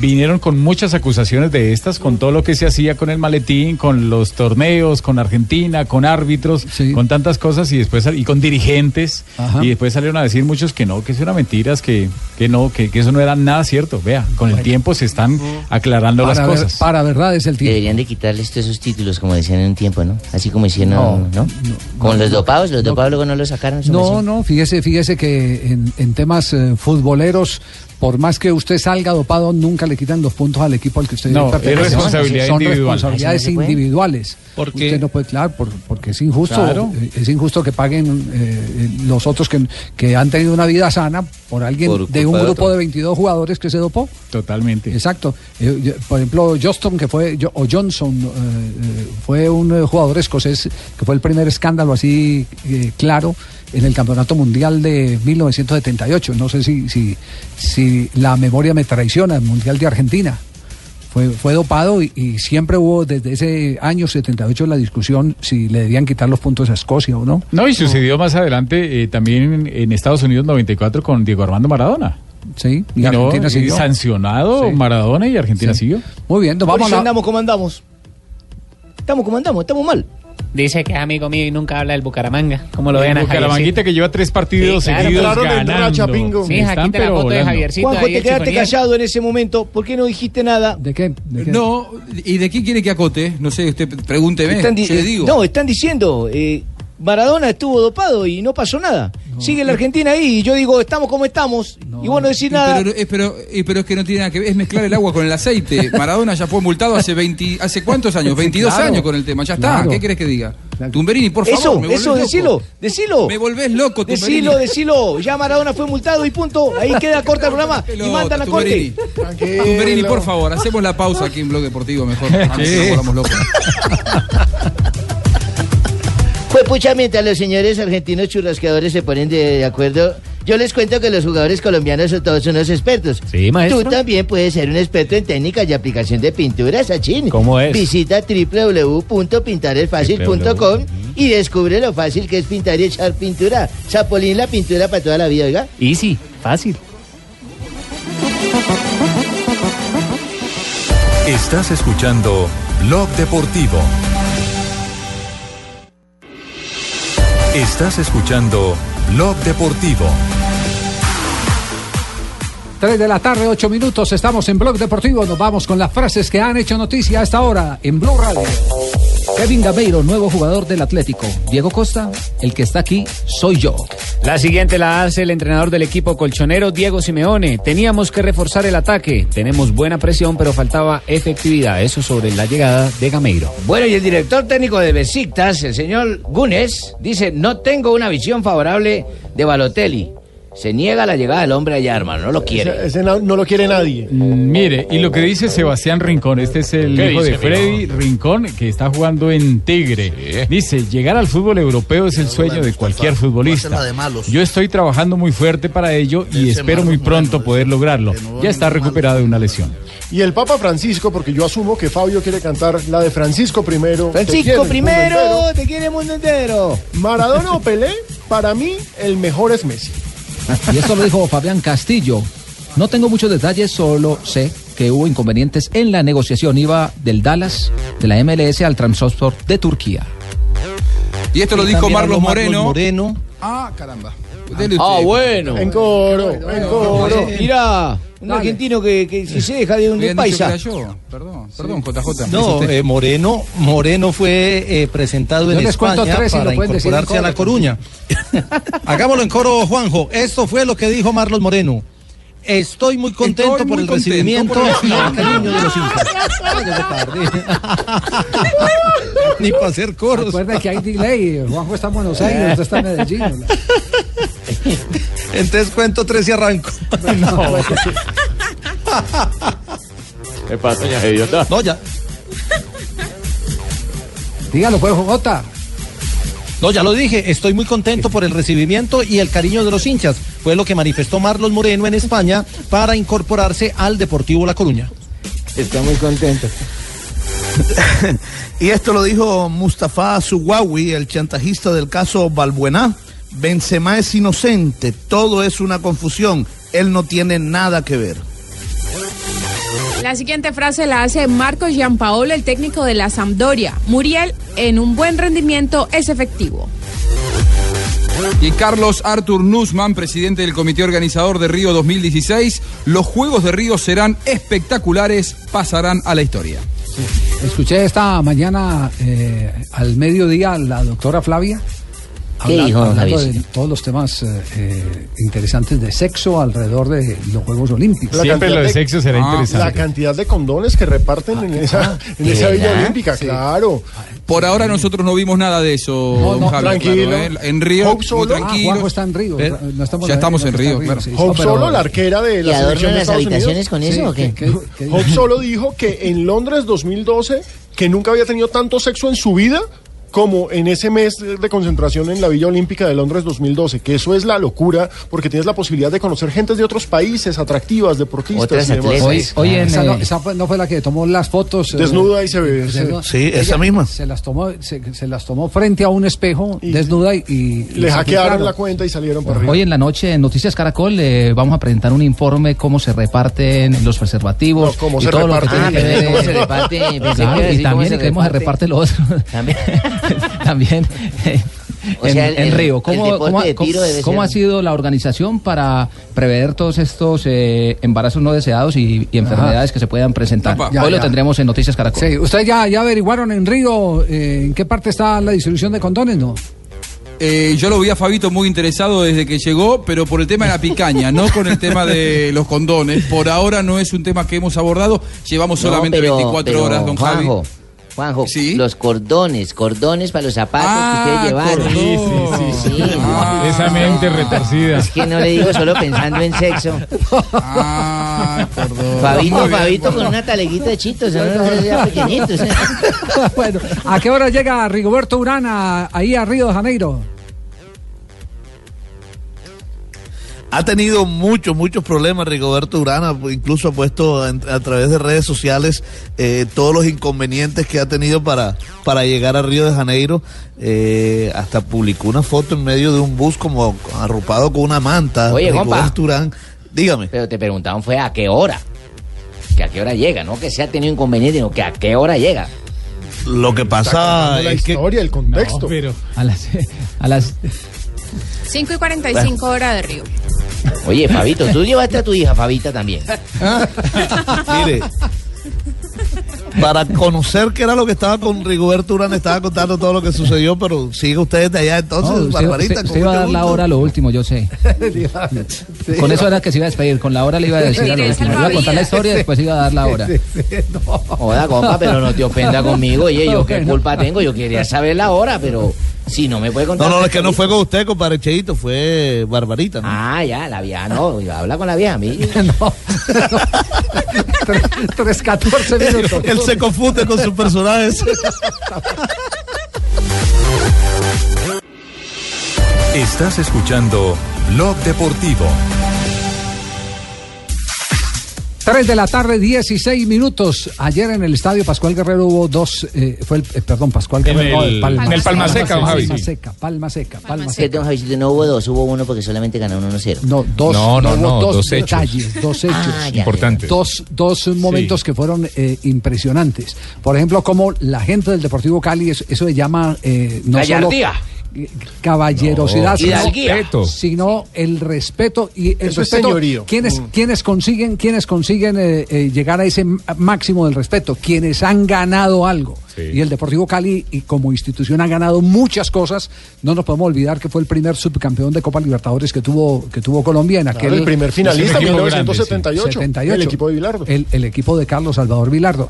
Speaker 11: vinieron con muchas acusaciones de estas, con todo lo que se hacía con el maletín, con los torneos, con Argentina, con árbitros, con tantas cosas y después sal- y con dirigentes.
Speaker 2: Ajá.
Speaker 11: Y después salieron a decir muchos que no, que eso era mentiras, que, que no, que, que eso no era nada cierto. Vea, con el tiempo se están aclarando las
Speaker 2: Para Mm. ver-
Speaker 11: cosas.
Speaker 2: para verdad es el tiempo.
Speaker 4: Deberían de quitarles todos esos títulos, como decían en un tiempo, ¿no? Así como hicieron,
Speaker 2: No,
Speaker 4: ¿no? como los dopados, los dopados luego no los sacaron. son
Speaker 2: No,
Speaker 4: así.
Speaker 2: no, fíjese, fíjese que en, en temas eh, futboleros, por más que usted salga dopado, nunca le quitan los puntos al equipo al que usted
Speaker 11: No, es
Speaker 2: pertenece.
Speaker 11: responsabilidad
Speaker 2: Son
Speaker 11: individual.
Speaker 2: responsabilidades
Speaker 11: Eso no se puede.
Speaker 2: individuales. Usted no puede, claro, por- porque es injusto.
Speaker 11: Claro.
Speaker 2: eh, Es injusto que paguen eh, los otros que, que han tenido una vida sana por alguien
Speaker 11: Por
Speaker 2: de
Speaker 11: culpa
Speaker 2: un
Speaker 11: de
Speaker 2: grupo
Speaker 11: otro.
Speaker 2: de 22 jugadores que se dopó.
Speaker 11: Totalmente.
Speaker 2: Exacto. Eh, yo- por ejemplo, Johnston, que fue, yo- o Johnson, eh, eh, fue un eh, jugador escocés que fue el primer escándalo así eh, claro en el Campeonato Mundial de 1978. No sé si, si, si la memoria me traiciona, el Mundial de Argentina. Fue, fue dopado y, y siempre hubo desde ese año 78 la discusión si le debían quitar los puntos a Escocia o no.
Speaker 11: No, y sucedió más adelante eh, también en, en Estados Unidos 94 con Diego Armando Maradona.
Speaker 2: Sí, y
Speaker 11: no,
Speaker 2: Argentina
Speaker 11: y
Speaker 2: siguió.
Speaker 11: sancionado
Speaker 2: Sí.
Speaker 11: Maradona y Argentina
Speaker 2: Sí.
Speaker 11: siguió.
Speaker 2: Muy bien, nos
Speaker 11: Por
Speaker 2: vamos
Speaker 11: eso
Speaker 2: a la...
Speaker 10: andamos como andamos. Estamos como andamos, estamos mal. Dice que es amigo mío y nunca habla del Bucaramanga. ¿Cómo lo
Speaker 11: El
Speaker 10: ven a
Speaker 11: Bucaramanguita que lleva tres partidos
Speaker 10: Sí, claro,
Speaker 11: seguidos
Speaker 10: entraron en
Speaker 11: ganando.
Speaker 10: racha, pingo.
Speaker 11: Sí, Están
Speaker 10: aquí te la
Speaker 11: pero
Speaker 10: foto de
Speaker 11: volando.
Speaker 10: Javiercito
Speaker 11: Juanjo,
Speaker 10: ahí,
Speaker 11: te
Speaker 10: el
Speaker 11: quedaste
Speaker 10: chifonía.
Speaker 11: callado.
Speaker 10: callado en ese momento? ¿Por qué no dijiste nada?
Speaker 2: ¿De qué?
Speaker 10: No,
Speaker 16: ¿Y de qué quiere que acote? No sé, usted pregúnteme.
Speaker 10: están di- eh,
Speaker 16: yo le digo.
Speaker 10: no, están diciendo, eh, Maradona estuvo dopado y no pasó nada. Sigue la Argentina ahí y yo digo, estamos como estamos. y vos no decís nada.
Speaker 16: Pero, es, pero, eh, pero es que no tiene nada que ver, es mezclar el agua con el aceite. Maradona ya fue multado hace 20, ¿hace cuántos años? 22
Speaker 8: Claro.
Speaker 16: años con el tema, ya está.
Speaker 8: Claro.
Speaker 16: ¿Qué querés que diga? Tumberini, por
Speaker 10: Eso,
Speaker 16: favor. me
Speaker 10: eso,
Speaker 16: volvés
Speaker 10: decilo,
Speaker 16: loco.
Speaker 10: decilo.
Speaker 16: Me volvés loco, Tumberini.
Speaker 10: Decilo, decilo. Ya Maradona fue multado y punto. Ahí queda corta el programa y mandan a corte.
Speaker 16: Tumberini. Tumberini, por favor, hacemos la pausa aquí en Blog Deportivo mejor. Antes
Speaker 10: Sí.
Speaker 16: nos volvamos locos.
Speaker 9: Pues pucha, mientras los señores argentinos churrasqueadores se ponen de, de acuerdo, yo les cuento que los jugadores colombianos son todos unos expertos.
Speaker 4: Sí, maestro.
Speaker 9: Tú también puedes ser un experto en técnicas y aplicación de pinturas, Achín.
Speaker 4: ¿Cómo es?
Speaker 9: Visita www.pintaresfacil.com y descubre lo fácil que es pintar y echar pintura. Zapolín, la pintura para toda la vida, oiga.
Speaker 4: Easy, fácil.
Speaker 1: Estás escuchando Blog Deportivo. Estás escuchando Blog Deportivo.
Speaker 2: 3 de la tarde, 8 minutos, estamos en Blog Deportivo, nos vamos con las frases que han hecho noticia a esta hora en Blue Radio.
Speaker 19: Kevin Gameiro, nuevo jugador del Atlético. Diego Costa, el que está aquí soy yo.
Speaker 20: La siguiente la hace el entrenador del equipo colchonero Diego Simeone. Teníamos que reforzar el ataque. Tenemos buena presión, pero faltaba efectividad. Eso sobre la llegada de Gameiro.
Speaker 21: Bueno, y el director técnico de Besiktas, el señor Gunes, dice, no tengo una visión favorable de Balotelli. Se niega la llegada del hombre allá, hermano, no lo quiere.
Speaker 8: Ese- ese no, no lo quiere nadie.
Speaker 11: Mire, y lo que dice Sebastián Rincón, este es el
Speaker 8: ¿Qué
Speaker 11: hijo de
Speaker 8: dice,
Speaker 11: Freddy Rincón, que está jugando en Tigre. Dice, llegar al fútbol europeo es el sueño de cualquier futbolista.
Speaker 13: la de malos.
Speaker 11: Yo estoy trabajando muy fuerte para ello y espero muy pronto poder lograrlo. Ya está recuperado de una lesión.
Speaker 8: Y el Papa Francisco, porque yo asumo que Fabio quiere cantar la de Francisco primero. Te quiero,
Speaker 10: Francisco
Speaker 8: el mundo
Speaker 10: primero,
Speaker 8: entero.
Speaker 10: te quiere el mundo entero.
Speaker 8: Maradona o Pelé, para mí el mejor es Messi.
Speaker 19: Y esto lo dijo Fabián Castillo. No tengo muchos detalles, solo sé que hubo inconvenientes en la negociación. Iba del Dallas, de la MLS al Transport de Turquía.
Speaker 16: Y esto lo
Speaker 19: Y
Speaker 16: dijo
Speaker 19: también
Speaker 16: Marlos
Speaker 19: habló Marlos
Speaker 16: Moreno.
Speaker 19: Moreno.
Speaker 16: Ah, caramba.
Speaker 21: Ah, bueno.
Speaker 8: En coro, en coro.
Speaker 10: Mirá, un
Speaker 8: Dale.
Speaker 10: argentino que, que- que se deja de un de
Speaker 16: Habían dicho que
Speaker 10: paisa.
Speaker 16: era yo. Perdón, perdón, JJ.
Speaker 13: No,
Speaker 16: Es usted.
Speaker 13: eh, Moreno, Moreno fue eh, presentado
Speaker 16: Yo
Speaker 13: en
Speaker 16: les cuento
Speaker 13: España
Speaker 16: tres y lo
Speaker 13: para
Speaker 16: pueden decir en
Speaker 13: incorporarse a La
Speaker 16: coro.
Speaker 13: Coruña. Hagámoslo en coro, Juanjo. Esto fue lo que dijo Marlos Moreno. Estoy muy contento por el recibimiento y el cariño de los hinchas. Ni para hacer coros.
Speaker 2: Recuerda que hay delay, Juanjo está en Buenos Aires, usted está en Medellín.
Speaker 13: Entonces cuento tres y arranco. No.
Speaker 12: ¿Qué pasa, ya, idiota?
Speaker 13: No, ya.
Speaker 2: Dígalo, pues, Jota.
Speaker 13: No, ya lo dije, estoy muy contento por el recibimiento y el cariño de los hinchas. Fue lo que manifestó Marlos Moreno en España para incorporarse al Deportivo La Coruña.
Speaker 21: Está muy contento.
Speaker 13: y esto lo dijo Mustafa Suwawi, el chantajista del caso Balbuena. Benzema es inocente, todo es una confusión, él no tiene nada que ver.
Speaker 22: La siguiente frase la hace Marco Giampaolo, el técnico de la Sampdoria. Muriel, en un buen rendimiento, es efectivo.
Speaker 16: Y Carlos Artur Nussmann, presidente del comité organizador de Río 2016, los Juegos de Río serán espectaculares, pasarán a la historia.
Speaker 2: Escuché esta mañana eh, al mediodía a la doctora Flavia.
Speaker 9: ¿Qué
Speaker 2: habla-
Speaker 9: dijo, don
Speaker 2: hablando
Speaker 9: Javier?
Speaker 2: de todos los temas eh, eh, interesantes de sexo alrededor de los Juegos Olímpicos.
Speaker 8: La cantidad Ah, La cantidad de condones que reparten en esa, en
Speaker 2: ¿de
Speaker 8: esa Villa
Speaker 2: verdad?
Speaker 8: Olímpica,
Speaker 2: Sí.
Speaker 8: claro.
Speaker 16: Por ahora nosotros no vimos nada de eso,
Speaker 8: No,
Speaker 16: don
Speaker 8: no,
Speaker 16: Javier,
Speaker 8: tranquilo.
Speaker 16: claro, ¿eh? En Río,
Speaker 8: Hope
Speaker 16: muy
Speaker 8: solo.
Speaker 2: Ah,
Speaker 16: tranquilo.
Speaker 2: Juanjo está en Río.
Speaker 16: ¿Eh?
Speaker 2: No estamos
Speaker 16: ya estamos en
Speaker 2: Río,
Speaker 16: Río,
Speaker 2: Río,
Speaker 16: claro.
Speaker 2: sí.
Speaker 8: Hope Solo, la arquera de la
Speaker 9: Ah, ¿Y adornan
Speaker 8: selección de
Speaker 9: las
Speaker 8: Estados
Speaker 9: habitaciones
Speaker 8: Unidos.
Speaker 9: con eso o qué?
Speaker 8: Hope Solo dijo que en Londres 2012, que nunca había tenido tanto sexo en su vida como en ese mes de concentración en la Villa Olímpica de Londres 2012, que eso es la locura, porque tienes la posibilidad de conocer gentes de otros países, atractivas, deportistas y demás.
Speaker 2: Hoy, hoy en, Ah,
Speaker 9: Ah,
Speaker 2: eh, esa, no, esa fue- no fue la que tomó las fotos. eh,
Speaker 8: Desnuda y se ve, sí.
Speaker 2: desnuda.
Speaker 8: Sí, esa
Speaker 2: Ella
Speaker 8: misma.
Speaker 2: Se las tomó, se, se las tomó frente a un espejo, desnuda y, y- y
Speaker 8: Le
Speaker 2: se
Speaker 8: hackearon
Speaker 2: filtraron.
Speaker 8: la cuenta y salieron para arriba.
Speaker 10: Hoy en la noche en Noticias Caracol eh, vamos a presentar un informe cómo se reparten los preservativos
Speaker 8: cómo
Speaker 10: y
Speaker 8: se
Speaker 10: todo lo que
Speaker 8: reparten.
Speaker 10: tiene
Speaker 8: Ah,
Speaker 10: que ver.
Speaker 8: pensé cómo
Speaker 10: eh,
Speaker 8: se reparte, pensé
Speaker 10: claro,
Speaker 8: que iba a
Speaker 10: y
Speaker 8: decir cómo
Speaker 10: también
Speaker 8: se
Speaker 10: y cómo se reparte lo otro. También. eh,
Speaker 9: O
Speaker 10: en,
Speaker 9: sea, el-
Speaker 10: en
Speaker 9: el
Speaker 10: Río, ¿cómo,
Speaker 9: deporte
Speaker 10: cómo-
Speaker 9: de tiro
Speaker 10: cómo-
Speaker 9: debe
Speaker 10: cómo
Speaker 9: ser-
Speaker 10: ha sido la organización para prever todos estos eh, embarazos no deseados y, y enfermedades que se puedan presentar?
Speaker 2: Opa.
Speaker 10: Hoy
Speaker 2: Ya,
Speaker 10: lo
Speaker 2: ya.
Speaker 10: tendremos en Noticias Caracol.
Speaker 2: Sí, ¿ustedes ya, ya averiguaron en Río eh, en qué parte está la distribución de condones, no?
Speaker 16: Eh, yo lo vi a Fabito muy interesado desde que llegó, pero por el tema de la picaña, no con el tema de los condones. Por ahora no es un tema que hemos abordado. Llevamos
Speaker 9: No,
Speaker 16: solamente
Speaker 9: pero-
Speaker 16: 24
Speaker 9: pero,
Speaker 16: horas, don Javi.
Speaker 9: Juanjo, Juanjo, los cordones, cordones para los zapatos que
Speaker 16: Ah,
Speaker 9: ustedes llevaron.
Speaker 11: Sí, sí, sí. Esa mente retorcida.
Speaker 9: Es que no le digo solo pensando en sexo.
Speaker 16: Ah,
Speaker 9: Fabito, Fabito con una taleguita de chitos, ¿no? No sé, ya pequeñitos. ¿eh?
Speaker 2: bueno, ¿a qué hora llega Rigoberto Urana ahí a Río de Janeiro?
Speaker 13: Ha tenido muchos, muchos problemas Rigoberto Urana, incluso ha puesto en- a través de redes sociales eh, todos los inconvenientes que ha tenido para, para llegar a Río de Janeiro. Eh, hasta publicó una foto en medio de un bus como arropado con una manta.
Speaker 9: Oye, compa.
Speaker 13: Rigoberto Urán, dígame.
Speaker 9: Pero te preguntaban fue a qué hora. Que a qué hora llega, no que se ha tenido inconveniente, sino que a qué hora llega.
Speaker 13: Lo que pasa
Speaker 8: la
Speaker 13: es que...
Speaker 8: historia, el contexto.
Speaker 10: A las, a las
Speaker 22: 5 y 45 horas de Río.
Speaker 9: Oye, Fabito, tú llevaste a tu hija, Fabita, también.
Speaker 13: Mire, para conocer qué era lo que estaba con Rigoberto Urán, estaba contando todo lo que sucedió, pero sigue usted de allá entonces,
Speaker 10: No, usted-
Speaker 13: Barbarita.
Speaker 10: usted-
Speaker 13: con
Speaker 10: usted iba a
Speaker 13: mucho
Speaker 10: dar la
Speaker 13: gusto.
Speaker 10: hora a lo último, yo sé. Con eso era que se iba a despedir, con la hora le iba a decir a lo
Speaker 9: Mire,
Speaker 10: último. Iba a contar la
Speaker 9: salvavidas.
Speaker 10: historia y después iba a dar la hora.
Speaker 9: Joda, compa, pero no te ofenda conmigo. Oye, yo qué culpa tengo, yo quería saber la hora, pero si no me puede
Speaker 13: No,
Speaker 9: contar.
Speaker 13: no, es que no fue con usted, compadre Cheito, fue Barbarita. ¿no?
Speaker 9: Ah, ya, la vieja, no, yo habla con la vieja, a mí.
Speaker 2: 3.14 minutos.
Speaker 13: Él se confunde con sus personajes.
Speaker 1: Estás escuchando Blog Deportivo.
Speaker 2: 3 de la tarde, 16 minutos. Ayer en el estadio Pascual Guerrero hubo dos. eh, fue el, eh, perdón, Pascual
Speaker 9: En
Speaker 2: Guerrero. no,
Speaker 9: el- en el Palma Seca, don Javi.
Speaker 2: Palma Seca, Palma Seca, Palma
Speaker 9: Es que,
Speaker 2: Seca.
Speaker 9: don Javisito, no hubo dos, hubo uno porque solamente ganó un 1-0.
Speaker 2: No, dos,
Speaker 9: No, no,
Speaker 2: hubo
Speaker 9: no,
Speaker 2: dos,
Speaker 9: dos hechos. Ah,
Speaker 2: detalles, dos hechos
Speaker 9: ya, ya. Importantes.
Speaker 2: Dos, dos momentos que fueron eh, impresionantes. Por ejemplo, como la gente del Deportivo Cali, eso, eso se llama eh, no solo
Speaker 23: Gallardía.
Speaker 2: caballerosidad,
Speaker 23: No, hidalguía.
Speaker 2: sino, eh, sino el respeto y el
Speaker 8: Eso es
Speaker 2: respeto.
Speaker 8: señorío. Mm.
Speaker 2: quienes, quienes consiguen, quienes consiguen eh, eh, llegar a ese m- máximo del respeto, quienes han ganado algo. Y el Deportivo Cali, y como institución, ha ganado muchas cosas. No nos podemos olvidar que fue el primer subcampeón de Copa Libertadores que tuvo, que tuvo Colombia en
Speaker 8: Claro,
Speaker 2: aquel.
Speaker 8: el primer finalista,
Speaker 2: en
Speaker 8: 1978, el equipo de Bilardo.
Speaker 2: El, el equipo de Carlos Salvador Vilardo.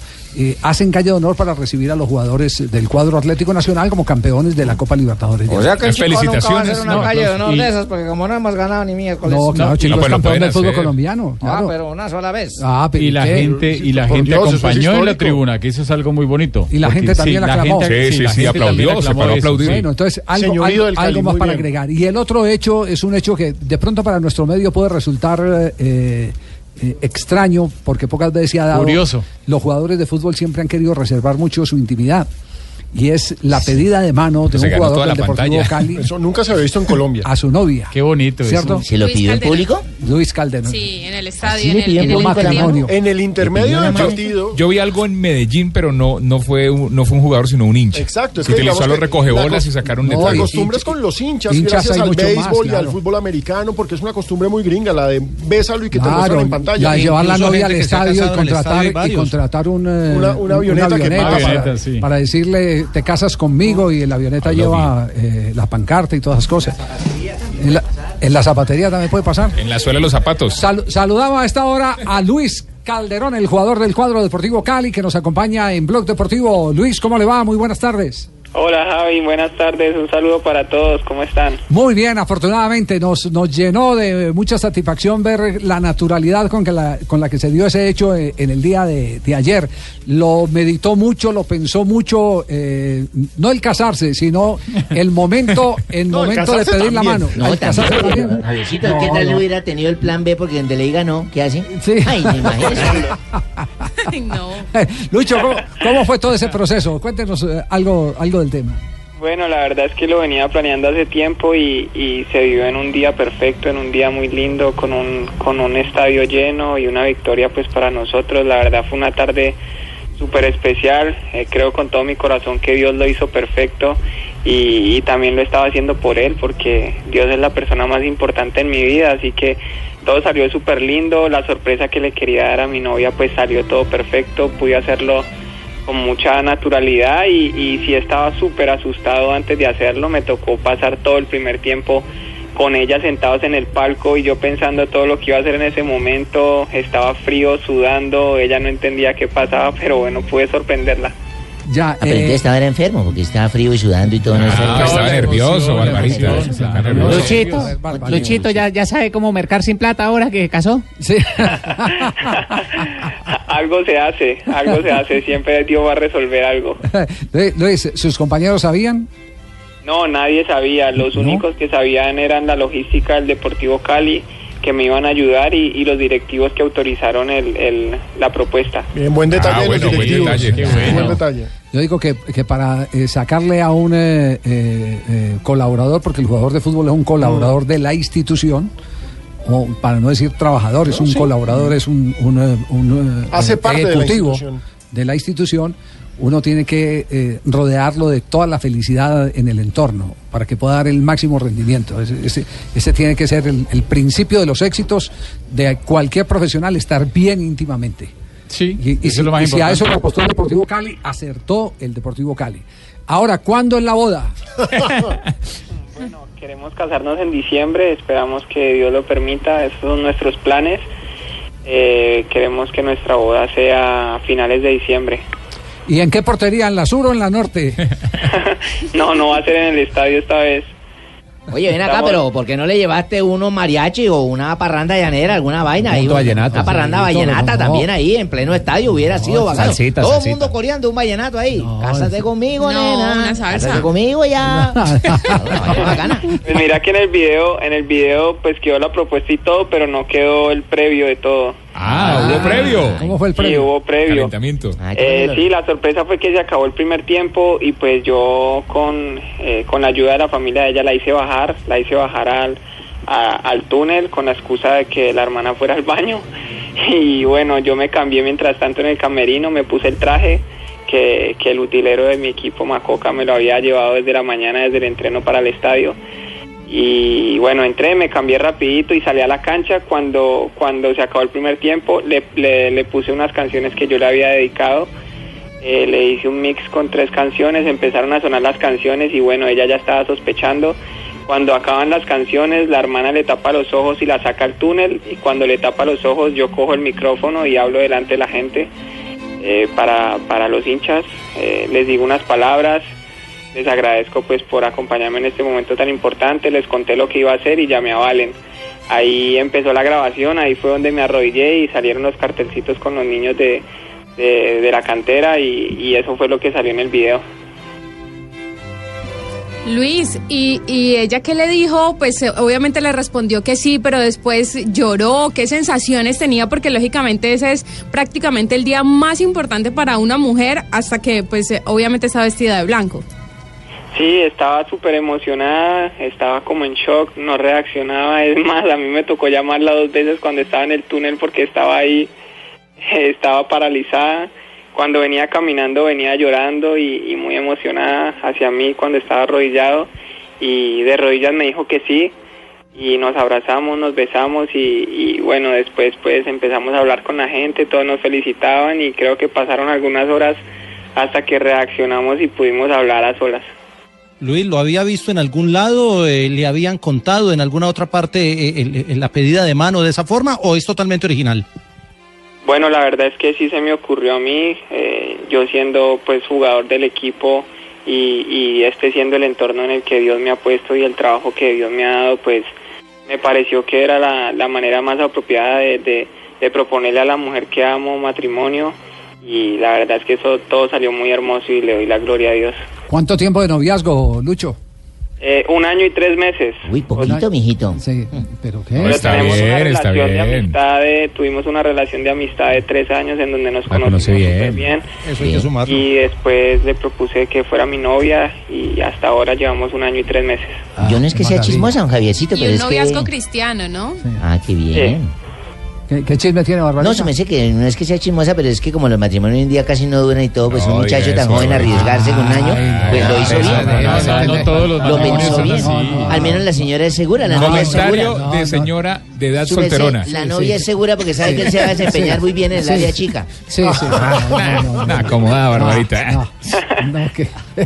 Speaker 2: hacen calle de honor para recibir a los jugadores del cuadro Atlético Nacional como campeones de la Copa Libertadores.
Speaker 23: O sea que el chico nunca va a hacer una
Speaker 2: No,
Speaker 23: calle de honor
Speaker 2: y-
Speaker 23: de esas porque como no hemos ganado ni miércoles.
Speaker 2: No, claro, Chico, es
Speaker 23: pues lo
Speaker 2: campeón
Speaker 23: pueden
Speaker 2: del fútbol
Speaker 23: hacer.
Speaker 2: colombiano.
Speaker 23: Ah,
Speaker 2: claro.
Speaker 23: pero una sola vez.
Speaker 2: Ah, pero
Speaker 11: y la
Speaker 2: ¿qué?
Speaker 11: gente y la
Speaker 2: Por
Speaker 11: gente
Speaker 2: Dios, eso es
Speaker 11: acompañó en la
Speaker 2: histórico.
Speaker 11: tribuna que eso es algo muy bonito
Speaker 2: Y la
Speaker 11: Porque
Speaker 2: gente también aclamó.
Speaker 11: gente- gente también aclamó eso, sí.
Speaker 2: Bueno, entonces algo,
Speaker 8: Señorío
Speaker 2: algo-
Speaker 8: del Cali,
Speaker 2: algo más
Speaker 8: muy
Speaker 2: para
Speaker 8: bien.
Speaker 2: agregar. Y el otro hecho es un hecho que de pronto para nuestro medio puede resultar eh, eh, extraño porque pocas veces se ha dado.
Speaker 11: Curioso.
Speaker 2: Los jugadores de fútbol siempre han querido reservar mucho su intimidad. Y es la pedida de mano de
Speaker 11: Se
Speaker 2: un
Speaker 11: ganó toda
Speaker 2: jugador
Speaker 11: la
Speaker 2: del Deportivo
Speaker 11: pantalla.
Speaker 2: Cali.
Speaker 8: Eso nunca se había visto en Colombia.
Speaker 2: A su novia.
Speaker 11: Qué bonito
Speaker 2: ¿Cierto?
Speaker 11: eso.
Speaker 2: Luis Calderón. Luis Calderón.
Speaker 22: Sí, en el
Speaker 2: Así
Speaker 22: estadio,
Speaker 2: le
Speaker 22: en el,
Speaker 2: piden
Speaker 22: en el
Speaker 2: por matrimonio.
Speaker 22: entierro.
Speaker 8: En el intermedio del
Speaker 23: Yo-
Speaker 8: partido.
Speaker 23: Yo vi algo en Medellín, pero no, no, fue, un, no fue un jugador, sino un hincha.
Speaker 8: Exacto, es
Speaker 23: que
Speaker 8: que
Speaker 23: utilizó a
Speaker 8: digamos
Speaker 23: los
Speaker 8: que
Speaker 23: recogebolas
Speaker 8: la
Speaker 23: y sacaron
Speaker 8: No,
Speaker 23: letragos.
Speaker 8: la costumbre es con los hinchas,
Speaker 23: hinchas
Speaker 8: gracias
Speaker 23: hay
Speaker 8: al
Speaker 23: mucho
Speaker 8: béisbol
Speaker 23: más,
Speaker 8: y
Speaker 23: claro.
Speaker 8: al fútbol americano, porque es una costumbre muy gringa, la de bésalo y que te muestran
Speaker 2: Claro,
Speaker 8: en pantalla. E
Speaker 2: la de llevar la novia al estadio y contratar, y
Speaker 8: varios.
Speaker 2: contratar un, eh,
Speaker 8: Una- una
Speaker 2: un-
Speaker 8: avioneta que paga.
Speaker 2: para,
Speaker 8: Avioneta, sí.
Speaker 2: para decirle te casas conmigo y la avioneta lleva eh, la pancarta y todas las cosas. En la, en la zapatería también puede pasar.
Speaker 23: En la suela de los zapatos.
Speaker 2: Sal- saludamos a esta hora a Luis Calderón, el jugador del cuadro Deportivo Cali, que nos acompaña en Blog Deportivo. Luis, ¿cómo le va? Muy buenas tardes.
Speaker 24: Hola Javi, buenas tardes, un saludo para todos, ¿cómo están?
Speaker 2: Muy bien, afortunadamente nos, nos llenó de mucha satisfacción ver la naturalidad con, que la, con la que se dio ese hecho eh, en el día de, de ayer. Lo meditó mucho, lo pensó mucho, eh, no el casarse, sino el momento, el
Speaker 9: No, el
Speaker 2: momento de
Speaker 9: casarse
Speaker 2: pedir la
Speaker 9: también.
Speaker 2: mano.
Speaker 9: No,
Speaker 2: El casarse
Speaker 9: también.
Speaker 2: también.
Speaker 9: Javiercito, ¿qué
Speaker 2: No,
Speaker 9: tal
Speaker 2: no.
Speaker 9: hubiera tenido el plan B? Porque donde le diga no, ¿qué hace?
Speaker 2: Sí.
Speaker 9: Ay, me imagino.
Speaker 2: Lucho, ¿cómo, cómo fue todo ese proceso? Cuéntenos eh, algo, algo del tema.
Speaker 24: Bueno, la verdad es que lo venía planeando hace tiempo y, y se vivió en un día perfecto, en un día muy lindo, con un, con un estadio lleno y una victoria pues para nosotros. La verdad fue una tarde súper especial, eh, creo con todo mi corazón que Dios lo hizo perfecto y, y también lo estaba haciendo por Él porque Dios es la persona más importante en mi vida, así que todo salió súper lindo, la sorpresa que le quería dar a mi novia pues salió todo perfecto, pude hacerlo con mucha naturalidad y, y sí estaba súper asustado antes de hacerlo. Me tocó pasar todo el primer tiempo con ella sentados en el palco y yo pensando todo lo que iba a hacer en ese momento. Estaba frío, sudando, ella no entendía qué pasaba, pero bueno, pude sorprenderla.
Speaker 2: Ya,
Speaker 9: Ah, pero entonces estaba era enfermo porque estaba frío y sudando y todo. No, sé.
Speaker 23: Ah, estaba nervioso, Barbarita. Estaba nervioso.
Speaker 15: Luchito,
Speaker 23: Barbarita.
Speaker 15: Luchito ya, ya sabe cómo mercar sin plata ahora que casó.
Speaker 2: Sí.
Speaker 24: Algo se hace, algo se hace, siempre Dios va a resolver algo.
Speaker 2: Luis- Luis, ¿sus compañeros sabían?
Speaker 24: No, nadie sabía. Los únicos que sabían eran la logística del Deportivo Cali, que me iban a ayudar, y, y los directivos que autorizaron el, el- la propuesta.
Speaker 8: Bien, buen detalle.
Speaker 23: Ah,
Speaker 8: de los
Speaker 23: bueno, buen
Speaker 8: directivos.
Speaker 23: detalle, qué bueno.
Speaker 8: Buen detalle.
Speaker 2: Yo digo que, que para eh, sacarle a un eh, eh, eh, colaborador, porque el jugador de fútbol es un colaborador de la institución, o para no decir trabajador, es un colaborador, es un, un, eh, un, eh,
Speaker 8: Hace
Speaker 2: eh,
Speaker 8: parte de la
Speaker 2: ejecutivo
Speaker 8: institución.
Speaker 2: de la institución, uno tiene que eh, rodearlo de toda la felicidad en el entorno para que pueda dar el máximo rendimiento. Ese, ese- ese tiene que ser el, el principio de los éxitos de cualquier profesional, estar bien íntimamente.
Speaker 11: Sí,
Speaker 2: y,
Speaker 11: eso
Speaker 2: y si,
Speaker 11: es lo más
Speaker 2: y si a
Speaker 11: importante.
Speaker 2: eso le apostó el Deportivo Cali, acertó el Deportivo Cali. Ahora, ¿cuándo es la boda?
Speaker 24: Queremos casarnos en diciembre, esperamos que Dios lo permita, esos son nuestros planes. Eh, queremos que nuestra boda sea a finales de diciembre.
Speaker 2: ¿Y en qué portería? ¿En la sur o en la norte?
Speaker 24: No, no va a ser en el estadio esta vez.
Speaker 4: Oye, ven acá,
Speaker 24: Estamos-
Speaker 4: pero ¿por qué no le llevaste unos mariachi o una parranda llanera, alguna vaina? ahí,
Speaker 21: Mundo vallenato,
Speaker 4: una parranda
Speaker 21: sí, todo,
Speaker 4: vallenata
Speaker 21: no.
Speaker 4: también ahí, en pleno estadio, hubiera sido bacano.
Speaker 21: salsita,
Speaker 4: Todo
Speaker 21: salsita.
Speaker 4: el mundo coreando un vallenato ahí.
Speaker 9: Ah,
Speaker 4: Cásate conmigo,
Speaker 22: No,
Speaker 4: nena.
Speaker 22: una salsa.
Speaker 4: Cásate conmigo ya.
Speaker 24: Pues mira que en el video, en el video pues quedó la propuesta y todo, pero no quedó el previo de todo.
Speaker 23: Ah, hubo previo.
Speaker 2: ¿Cómo fue el Ah,
Speaker 24: Sí, hubo previo.
Speaker 23: Calentamiento.
Speaker 24: Eh, sí, la sorpresa fue que se acabó el primer tiempo y pues yo con, eh, con la ayuda de la familia de ella la hice bajar, la hice bajar al, a- al túnel con la excusa de que la hermana fuera al baño y bueno, yo me cambié mientras tanto en el camerino, me puse el traje que, que el utilero de mi equipo Macoca me lo había llevado desde la mañana, desde el entreno para el estadio y bueno, entré, me cambié rapidito y salí a la cancha cuando, cuando se acabó el primer tiempo, le, le- le puse unas canciones que yo le había dedicado, eh, le hice un mix con tres canciones, empezaron a sonar las canciones y bueno, ella ya estaba sospechando. Cuando acaban las canciones, la hermana le tapa los ojos y la saca al túnel y cuando le tapa los ojos yo cojo el micrófono y hablo delante de la gente eh, para, para los hinchas, eh, les digo unas palabras, les agradezco pues por acompañarme en este momento tan importante, les conté lo que iba a hacer y ya me avalen. Ahí empezó la grabación, ahí fue donde me arrodillé y salieron los cartelcitos con los niños de, de, de la cantera y, y eso fue lo que salió en el video.
Speaker 22: Luis, y, y ella qué le dijo, pues eh, obviamente le respondió que sí, pero después lloró, qué sensaciones tenía, porque lógicamente ese es prácticamente el día más importante para una mujer hasta que pues eh, obviamente está vestida de blanco.
Speaker 24: Sí, estaba súper emocionada, estaba como en shock, no reaccionaba. Es más, a mí me tocó llamarla dos veces cuando estaba en el túnel porque estaba ahí, eh, estaba paralizada. Cuando venía caminando venía llorando y, y muy emocionada hacia mí cuando estaba arrodillado y de rodillas me dijo que sí y nos abrazamos, nos besamos y, y bueno, después pues empezamos a hablar con la gente, todos nos felicitaban y creo que pasaron algunas horas hasta que reaccionamos y pudimos hablar a solas.
Speaker 5: Luis, ¿lo había visto en algún lado? Eh, ¿Le habían contado en alguna otra parte eh, el- el- la pedida de mano de esa forma o es totalmente original?
Speaker 24: Bueno, la verdad es que sí se me ocurrió a mí, eh, yo siendo pues jugador del equipo y, y este siendo el entorno en el que Dios me ha puesto y el trabajo que Dios me ha dado, pues me pareció que era la, la manera más apropiada de, de- de proponerle a la mujer que amo matrimonio y la verdad es que eso todo salió muy hermoso y le doy la gloria a Dios.
Speaker 2: ¿Cuánto tiempo de noviazgo, Lucho?
Speaker 24: Eh, un año y tres meses.
Speaker 2: Uy, poquito,
Speaker 9: mijito.
Speaker 2: Sí, pero ¿qué?
Speaker 24: Pero Pues tenemos una relación de amistad de- tuvimos una relación de amistad de tres años en donde nos conocimos
Speaker 2: conoce bien.
Speaker 24: súper bien.
Speaker 5: Eso hay que sumarlo.
Speaker 24: Y después le propuse que fuera mi novia y hasta ahora llevamos un año y tres meses.
Speaker 9: Yo no es que sea chismosa, don Javiercito,
Speaker 22: Y
Speaker 9: pero
Speaker 22: un
Speaker 9: es que...
Speaker 22: noviazgo cristiano, ¿no?
Speaker 9: Ah, qué bien.
Speaker 2: ¿Qué, chisme tiene Barbarita?
Speaker 9: No, se me dice que no es que sea chismosa, pero es que como los matrimonios hoy en día casi no duran y todo, pues
Speaker 5: No,
Speaker 9: un muchacho
Speaker 5: diga
Speaker 9: tan
Speaker 5: eso,
Speaker 9: joven
Speaker 5: Barbarita.
Speaker 9: arriesgarse con un año,
Speaker 11: Ah,
Speaker 9: pues lo hizo
Speaker 5: no,
Speaker 9: bien.
Speaker 5: no, no, no, no, no todos los
Speaker 9: Lo
Speaker 5: matrimonios
Speaker 9: pensó
Speaker 5: son
Speaker 9: bien.
Speaker 5: así.
Speaker 9: Al menos la señora es segura, la novia es segura.
Speaker 23: Comentario de señora de edad
Speaker 9: Súbese,
Speaker 23: solterona.
Speaker 9: La novia es segura porque sabe que él se va a desempeñar muy bien en el área chica. Ah.
Speaker 2: Sí, sí.
Speaker 23: Nah, acomodada, Barbarita.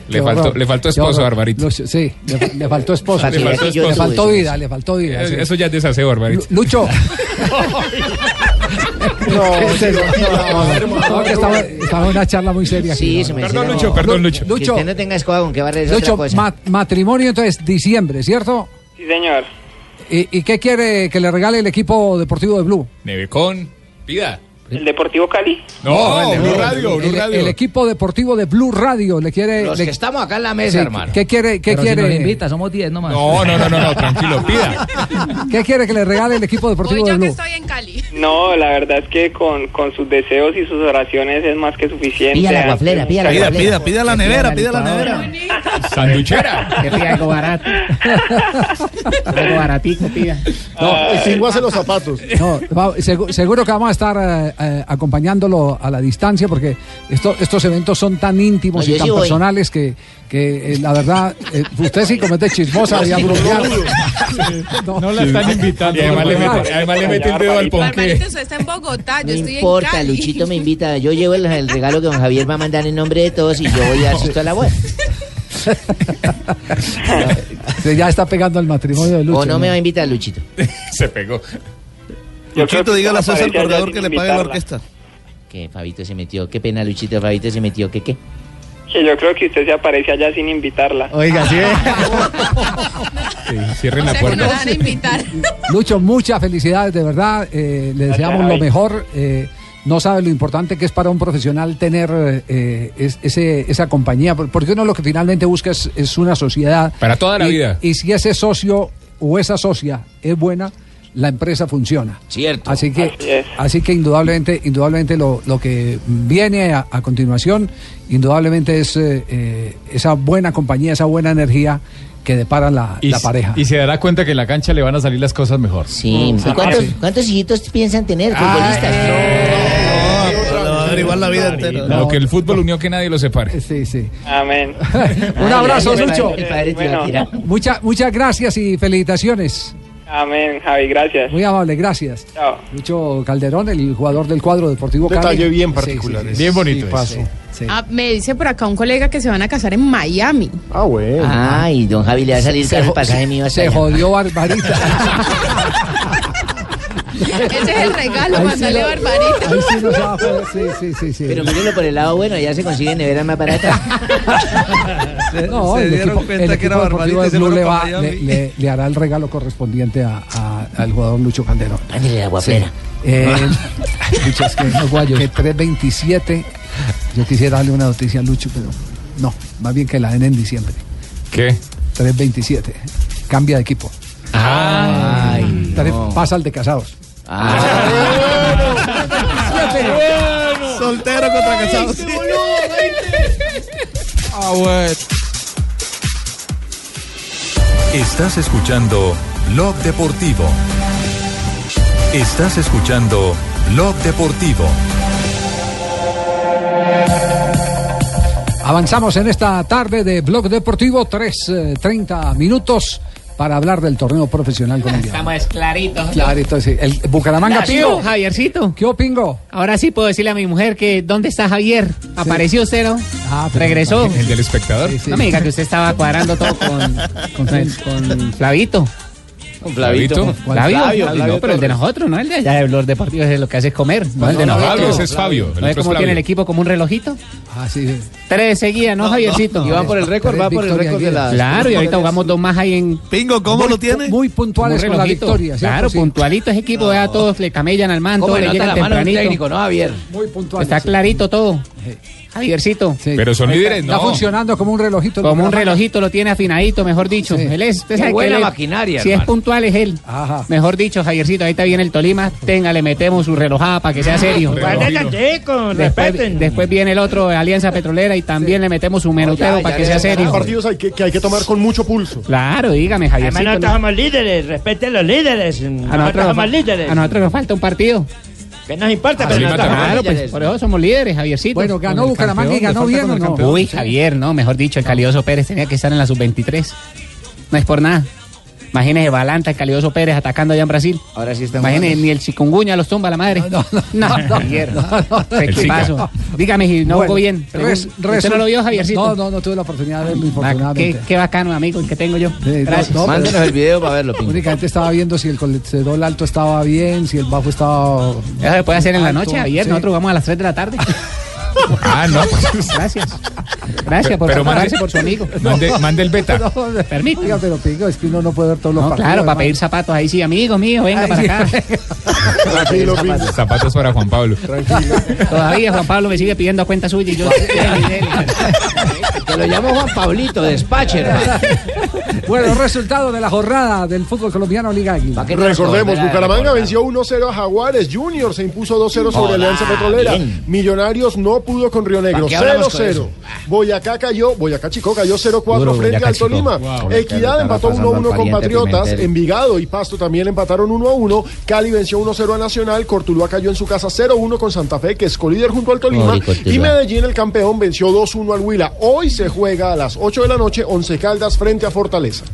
Speaker 23: le, faltó,
Speaker 2: horror.
Speaker 23: le faltó esposo, Barbarita.
Speaker 2: sí, le, le faltó esposa,
Speaker 23: Le faltó esposo.
Speaker 2: le faltó vida, le faltó vida.
Speaker 23: Eh,
Speaker 2: sí.
Speaker 23: Eso ya es desaseo, Barbarita.
Speaker 2: Lucho.
Speaker 8: No,
Speaker 2: No, que estaba, estaba en una charla muy seria.
Speaker 9: Sí,
Speaker 2: aquí,
Speaker 9: se me
Speaker 2: no,
Speaker 9: decía,
Speaker 2: no.
Speaker 9: no,
Speaker 2: Lu-
Speaker 9: Que
Speaker 2: Lucho,
Speaker 9: usted no tenga escoba con que barrer es otra
Speaker 2: Lucho,
Speaker 9: cosa.
Speaker 2: ma- matrimonio entonces diciembre, ¿cierto?
Speaker 24: Sí, señor.
Speaker 2: ¿Y, y qué quiere que le regale el equipo deportivo de Blue?
Speaker 23: Nevecón, pida.
Speaker 24: ¿El Deportivo Cali?
Speaker 23: No, el de Blue Radio, Blue
Speaker 2: el,
Speaker 23: Radio.
Speaker 2: el equipo deportivo de Blue Radio le quiere.
Speaker 21: Los
Speaker 2: le-
Speaker 21: que estamos acá en la mesa,
Speaker 2: Sí,
Speaker 21: hermano.
Speaker 2: ¿Qué quiere? ¿Qué
Speaker 21: Pero si
Speaker 2: quiere?
Speaker 21: nos
Speaker 19: invita, somos 10 nomás.
Speaker 23: No, no, no, no, no, tranquilo, pida.
Speaker 2: ¿Qué quiere que le regale el equipo deportivo de Blue?
Speaker 24: No, la verdad es que con, con sus deseos y sus oraciones es más que suficiente.
Speaker 9: Pida la guaflera,
Speaker 24: guaflera,
Speaker 9: pida la
Speaker 24: guaflera.
Speaker 9: guaflera.
Speaker 23: Sanduchera.
Speaker 15: Que pida algo barato. algo baratico, pida.
Speaker 8: No, el cingo hace los zapatos.
Speaker 2: No, va- segu- seguro, que vamos a estar eh, eh, acompañándolo a la distancia porque esto- estos eventos son tan íntimos
Speaker 9: No, yo
Speaker 2: y tan
Speaker 9: sí voy.
Speaker 2: personales que, que eh, la verdad, eh, usted sí comete chismosa y abrumear. No,
Speaker 11: la están invitando.
Speaker 23: Y además le mete, además le mete el dedo al ponqué.
Speaker 22: Barbarito, usted está en Bogotá,
Speaker 9: No
Speaker 22: yo estoy en
Speaker 9: importa,
Speaker 22: Cali.
Speaker 9: Luchito me invita. Yo llevo el, el regalo que don Javier va a mandar en nombre de todos y yo voy a asistir a la web.
Speaker 2: Se ya está pegando al matrimonio de Lucho.
Speaker 9: O no me va a invitar Luchito.
Speaker 23: Se pegó.
Speaker 9: creo
Speaker 5: Luchito,
Speaker 9: que
Speaker 5: dígale a
Speaker 9: usted
Speaker 5: César
Speaker 9: aparece allá
Speaker 5: Corredor
Speaker 9: sin
Speaker 5: que le pague la
Speaker 9: invitarla.
Speaker 5: orquesta.
Speaker 9: Que Fabito se metió. Qué pena, Luchito. Fabito se metió. ¿Qué qué?
Speaker 24: Que yo creo que usted se aparece allá sin invitarla.
Speaker 9: Oiga, sí.
Speaker 23: Cierren
Speaker 22: O
Speaker 23: la
Speaker 22: sea, que no la
Speaker 23: puerta.
Speaker 22: van a invitar.
Speaker 2: Lucho, muchas felicidades, de verdad. eh, le
Speaker 24: Gracias,
Speaker 2: deseamos lo
Speaker 24: Javi.
Speaker 2: mejor. eh, no sabe lo importante que es para un profesional tener eh, es- ese, esa compañía, por- porque uno lo que finalmente busca es, es una sociedad.
Speaker 23: Para toda la
Speaker 2: Y-
Speaker 23: vida.
Speaker 2: Y si ese socio o esa socia es buena, la empresa funciona.
Speaker 21: Cierto.
Speaker 2: Así que,
Speaker 21: Así es.
Speaker 2: así que indudablemente, indudablemente lo, lo que viene a, a continuación, indudablemente es eh, eh, esa buena compañía, esa buena energía que depara la,
Speaker 11: Y,
Speaker 2: la
Speaker 11: s-
Speaker 2: pareja.
Speaker 11: y se dará cuenta que en la cancha le van a salir las cosas mejor.
Speaker 9: Sí.
Speaker 23: Ah,
Speaker 9: ¿Y cuántos, cuántos hijitos piensan tener? Futbolistas.
Speaker 23: eh, Igual la vida entera. Lo que el fútbol unió que nadie lo separe.
Speaker 2: Sí, sí.
Speaker 24: Amén.
Speaker 2: Un abrazo, Lucho.
Speaker 24: El padre te iba a tirar.
Speaker 2: Mucha- muchas gracias y felicitaciones.
Speaker 24: Amén, Javi, gracias.
Speaker 2: Muy amable, gracias.
Speaker 24: Chao.
Speaker 2: Lucho Calderón, el jugador del cuadro deportivo Cali.
Speaker 8: Detalle bien
Speaker 2: Sí,
Speaker 8: particular. ¿eh?
Speaker 2: sí,
Speaker 8: ese.
Speaker 2: sí. pues,
Speaker 8: Sí, paso.
Speaker 2: Sí.
Speaker 22: Ah, me dice por acá un colega que se van a casar en Miami.
Speaker 8: Ah, bueno.
Speaker 9: Ay, don Javi le va a salir
Speaker 2: Se
Speaker 9: caro el
Speaker 2: jo-
Speaker 9: pasaje mío hasta
Speaker 2: Se
Speaker 9: allá.
Speaker 2: jodió Barbarita.
Speaker 22: Ese es el regalo,
Speaker 2: Ahí sí
Speaker 22: mandale
Speaker 2: lo-
Speaker 22: Barbarita.
Speaker 2: Ahí sí nos va a joder, sí, sí, sí, sí.
Speaker 9: Pero mírenlo por el lado bueno, ya se consiguen neveras más baratas.
Speaker 2: No,
Speaker 5: se
Speaker 2: el
Speaker 5: dieron
Speaker 2: equipo,
Speaker 5: cuenta
Speaker 2: el
Speaker 5: que era
Speaker 2: equipo deportivo
Speaker 5: Barbarita y
Speaker 2: de
Speaker 5: se
Speaker 2: Blue
Speaker 5: fueron
Speaker 2: le, va-
Speaker 5: para Miami.
Speaker 2: le- le- le hará el regalo correspondiente a- a- al jugador Lucho Calderón.
Speaker 9: Ándale la guapera.
Speaker 2: Eh, Lucho, es que, que 3.27. Yo quisiera darle una noticia a Lucho, pero no, más bien que la den en diciembre.
Speaker 23: ¿Qué?
Speaker 2: 3.27. Cambia de equipo.
Speaker 19: Ay,
Speaker 2: Tres- Pasa al de casados.
Speaker 15: Ah.
Speaker 13: Soltero contra casados.
Speaker 16: Ah, bueno.
Speaker 1: Estás escuchando Blog Deportivo. Estás escuchando Blog Deportivo.
Speaker 2: Avanzamos en esta tarde de Blog Deportivo, 3.30 minutos para hablar del torneo profesional colombiano.
Speaker 15: Estamos claritos.
Speaker 2: Clarito, sí. El Bucaramanga
Speaker 15: Nació,
Speaker 2: Pingo.
Speaker 15: Javiercito.
Speaker 2: ¿Qué opingo?
Speaker 15: Ahora sí puedo decirle a mi mujer que ¿dónde está Javier? Apareció usted, Ah, ¿no? Regresó.
Speaker 23: El del espectador.
Speaker 15: No me diga que usted estaba cuadrando todo con, con, con Flavito.
Speaker 23: Con Flavito.
Speaker 15: Con
Speaker 23: ¿Cuál
Speaker 15: Flavio.
Speaker 23: Flavio?
Speaker 15: No,
Speaker 23: Flavio
Speaker 15: pero el de nosotros, no el de allá de Blog Deportivo, es lo que hace es comer. No, el de
Speaker 23: No,
Speaker 15: nosotros.
Speaker 23: Flavio, ese es Fabio, el
Speaker 15: ¿No
Speaker 23: otro
Speaker 15: es
Speaker 23: es
Speaker 15: como
Speaker 23: Flavio.
Speaker 15: tiene el equipo como un relojito?
Speaker 2: Ah, sí.
Speaker 15: Tres seguidas, ¿no, Javiercito?
Speaker 2: Y va por el récord, va por el récord de las-
Speaker 15: Claro, y ahorita jugamos dos más ahí en...
Speaker 13: Pingo, ¿cómo lo tiene?
Speaker 2: Muy puntuales
Speaker 15: Como
Speaker 2: con la
Speaker 15: relojito.
Speaker 2: victoria. ¿cierto?
Speaker 15: Claro,
Speaker 2: Sí.
Speaker 15: puntualito ese equipo, vea, todos le camellan al man,
Speaker 2: ¿Cómo
Speaker 15: todos le
Speaker 2: le nota
Speaker 15: llegan
Speaker 2: la mano el
Speaker 15: tempranito.
Speaker 2: técnico, no, Javier? Muy puntual.
Speaker 15: Está clarito todo. Ah, Javiercito.
Speaker 23: Pero son
Speaker 15: Ahí está.
Speaker 23: líderes,
Speaker 15: Está
Speaker 23: no.
Speaker 15: funcionando
Speaker 2: Funcionando como un relojito. el
Speaker 15: Como un
Speaker 2: Bucaramanga.
Speaker 15: relojito lo tiene afinadito, mejor dicho. Él es, usted
Speaker 2: Qué
Speaker 15: sabe que
Speaker 2: buena
Speaker 15: él es-
Speaker 2: maquinaria,
Speaker 15: Si es
Speaker 2: hermano.
Speaker 15: puntual es él.
Speaker 2: Ah.
Speaker 15: Mejor dicho, Javiercito, ahí está bien el Tolima. Tenga, le metemos su relojada para que sea serio. Después, después viene el otro, Alianza Petrolera, y también le metemos su menuteo para que sea serio.
Speaker 8: Partidos hay que, que hay que tomar con mucho pulso.
Speaker 15: Claro, dígame, Javiercito.
Speaker 7: Además, nosotros
Speaker 15: ¿no?
Speaker 7: somos líderes, respeten los líderes.
Speaker 15: A
Speaker 7: Nosotros
Speaker 15: nosotros, nos
Speaker 7: somos
Speaker 15: fal-
Speaker 7: líderes.
Speaker 15: a nosotros nos falta un partido.
Speaker 7: Que nos importa,
Speaker 15: Ah,
Speaker 7: pero
Speaker 15: sí,
Speaker 7: nosotros somos
Speaker 15: claro, pues
Speaker 7: líderes.
Speaker 15: por eso somos líderes, Javiercito.
Speaker 2: Bueno, ganó
Speaker 15: Con el
Speaker 2: Bucaramanga y
Speaker 15: campeón,
Speaker 2: ganó
Speaker 15: le falta
Speaker 2: bien,
Speaker 15: con
Speaker 2: ¿o
Speaker 15: el
Speaker 2: no?
Speaker 15: campeón. Uy, Javier, no, mejor dicho, el Calidoso Pérez tenía que estar en la sub-23. No es por nada. Imagínese Balanta, el Calidoso Pérez atacando allá en Brasil.
Speaker 4: Ahora sí estamos.
Speaker 15: Imagínese, ni el chikungunya los tumba la madre. No, no, no. Javier, qué
Speaker 2: El Zika.
Speaker 15: paso. Dígame si no
Speaker 2: Bueno,
Speaker 15: jugó bien.
Speaker 2: res-
Speaker 15: Pregun- ¿Usted no lo vio, Javiercito?
Speaker 2: No, no, no tuve la oportunidad de verlo,
Speaker 15: Ah, qué,
Speaker 2: infortunadamente.
Speaker 15: qué bacano, amigo, el que tengo yo.
Speaker 2: Eh,
Speaker 15: Gracias.
Speaker 2: video para verlo. Únicamente estaba viendo si el colesterol alto estaba bien, si el bajo estaba.
Speaker 15: Eso se puede hacer en la
Speaker 2: alto,
Speaker 15: noche, Javier.
Speaker 2: sí.
Speaker 15: Nosotros vamos a las 3 de la tarde.
Speaker 23: Ah, no.
Speaker 15: Gracias. Gracias por preocuparse por su amigo.
Speaker 23: Mande, mande el beta.
Speaker 15: Permítame.
Speaker 2: Oiga, pero pingo, es que uno no puede ver todos los
Speaker 15: No,
Speaker 2: partidos.
Speaker 15: claro, para
Speaker 2: hermano.
Speaker 15: pedir zapatos. Ahí sí, amigo mío, venga
Speaker 2: Ay,
Speaker 15: para
Speaker 2: sí.
Speaker 15: acá.
Speaker 23: Tranquilo, Pingo. Zapatos para Juan Pablo.
Speaker 15: Todavía Juan Pablo me sigue pidiendo a cuenta suya y yo.
Speaker 4: Te lo llamo Juan Pablito, despache, hermano.
Speaker 2: Bueno, resultado de la jornada del fútbol colombiano Liga Águila.
Speaker 8: Recordemos, Bucaramanga venció 1-0 a Jaguares, Junior se impuso 2-0 sobre
Speaker 2: Hola,
Speaker 8: Alianza Petrolera,
Speaker 2: bien.
Speaker 8: Millonarios no pudo con Río Negro,
Speaker 2: ¿Pa' qué hablamos
Speaker 8: 0-0.
Speaker 2: con
Speaker 8: Boyacá cayó, Boyacá Chico cayó 0-4
Speaker 14: Ah. Duro,
Speaker 8: frente
Speaker 14: Boyacá
Speaker 8: al
Speaker 14: Chico.
Speaker 8: Tolima.
Speaker 14: Wow.
Speaker 8: Equidad
Speaker 14: Boyacá está
Speaker 8: empató
Speaker 14: pasando
Speaker 8: 1-1
Speaker 14: al
Speaker 8: con
Speaker 14: pariente
Speaker 8: Patriotas,
Speaker 14: Pimentel.
Speaker 8: Envigado y Pasto también empataron 1-1, Cali venció 1-0 a Nacional, Cortuluá cayó en su casa 0-1 con Santa Fe, que es colíder junto al Tolima,
Speaker 14: Pobre Cortuluá.
Speaker 8: y Medellín el campeón venció 2-1 al Huila. Hoy se juega a las 8 de la noche, Once Caldas frente a Fortaleza.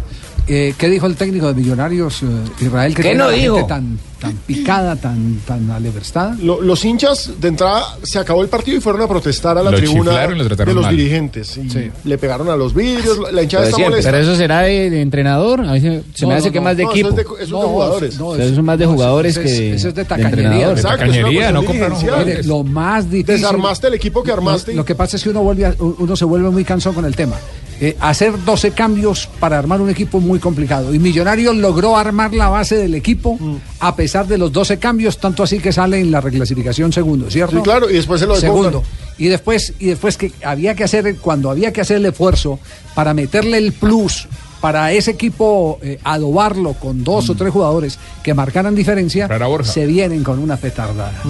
Speaker 2: Eh, ¿Qué dijo el técnico de Millonarios, eh, Israel? Que
Speaker 8: ¿Qué
Speaker 2: tiene
Speaker 8: no
Speaker 2: la gente
Speaker 8: dijo?
Speaker 2: Tan, tan picada, tan, tan aleverstada.
Speaker 8: Lo- los hinchas de entrada se acabó el partido y fueron a protestar a la
Speaker 23: Lo
Speaker 8: tribuna
Speaker 23: chiflaron y lo trataron
Speaker 8: de los
Speaker 23: mal.
Speaker 8: dirigentes. y Le pegaron a los vidrios, la- la hinchada está molesta.
Speaker 15: Pero eso será de, de entrenador. A mí se, se me
Speaker 8: No,
Speaker 15: hace
Speaker 8: no,
Speaker 15: que
Speaker 8: no.
Speaker 15: más de
Speaker 8: No, eso
Speaker 15: equipo.
Speaker 8: es de- eso es de No, jugadores. no,
Speaker 15: O sea, eso es más de
Speaker 8: no, eso-
Speaker 15: jugadores
Speaker 8: eso es-
Speaker 15: que.
Speaker 8: eso es de
Speaker 2: tacañería.
Speaker 15: entrenador.
Speaker 2: Exacto, es una Tacañería, cuestión no compraron dirigencial. jugadores. Lo más difícil.
Speaker 8: Desarmaste el equipo que armaste.
Speaker 2: Lo, lo que pasa es que uno, vuelve a- uno se vuelve muy cansón con el tema. Eh, hacer 12 cambios para armar un equipo es muy complicado. Y Millonarios logró armar la base del equipo
Speaker 8: Mm.
Speaker 2: a pesar de los 12 cambios, tanto así que sale en la reclasificación segundo, ¿cierto?
Speaker 8: Sí, claro, y después se lo desmontan.
Speaker 2: Segundo. Y después, y después que había que hacer, cuando había que hacer el esfuerzo para meterle el plus, para ese equipo eh, adobarlo con dos o tres jugadores que marcaran diferencia,
Speaker 23: Mm. Para Borja. Mm.
Speaker 2: se vienen con una petardada.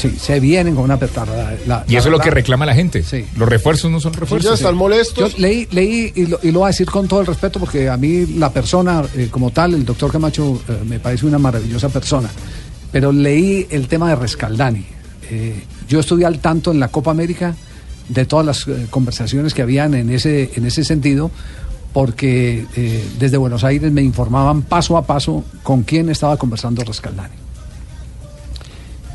Speaker 2: Sí, se vienen con una petardada. La-
Speaker 23: Y
Speaker 2: la
Speaker 23: eso es lo que
Speaker 2: verdad-
Speaker 23: reclama la gente. Los refuerzos no son refuerzos.
Speaker 2: Yo leí, leí y, lo, y lo voy a decir con todo el respeto porque a mí la persona eh, como tal, el doctor Camacho, eh, me parece una maravillosa persona. Pero leí el tema de Rescaldani. Eh, yo estuve al tanto en la Copa América de todas las eh, conversaciones que habían en ese, en ese sentido porque eh, desde Buenos Aires me informaban paso a paso con quién estaba conversando Rescaldani.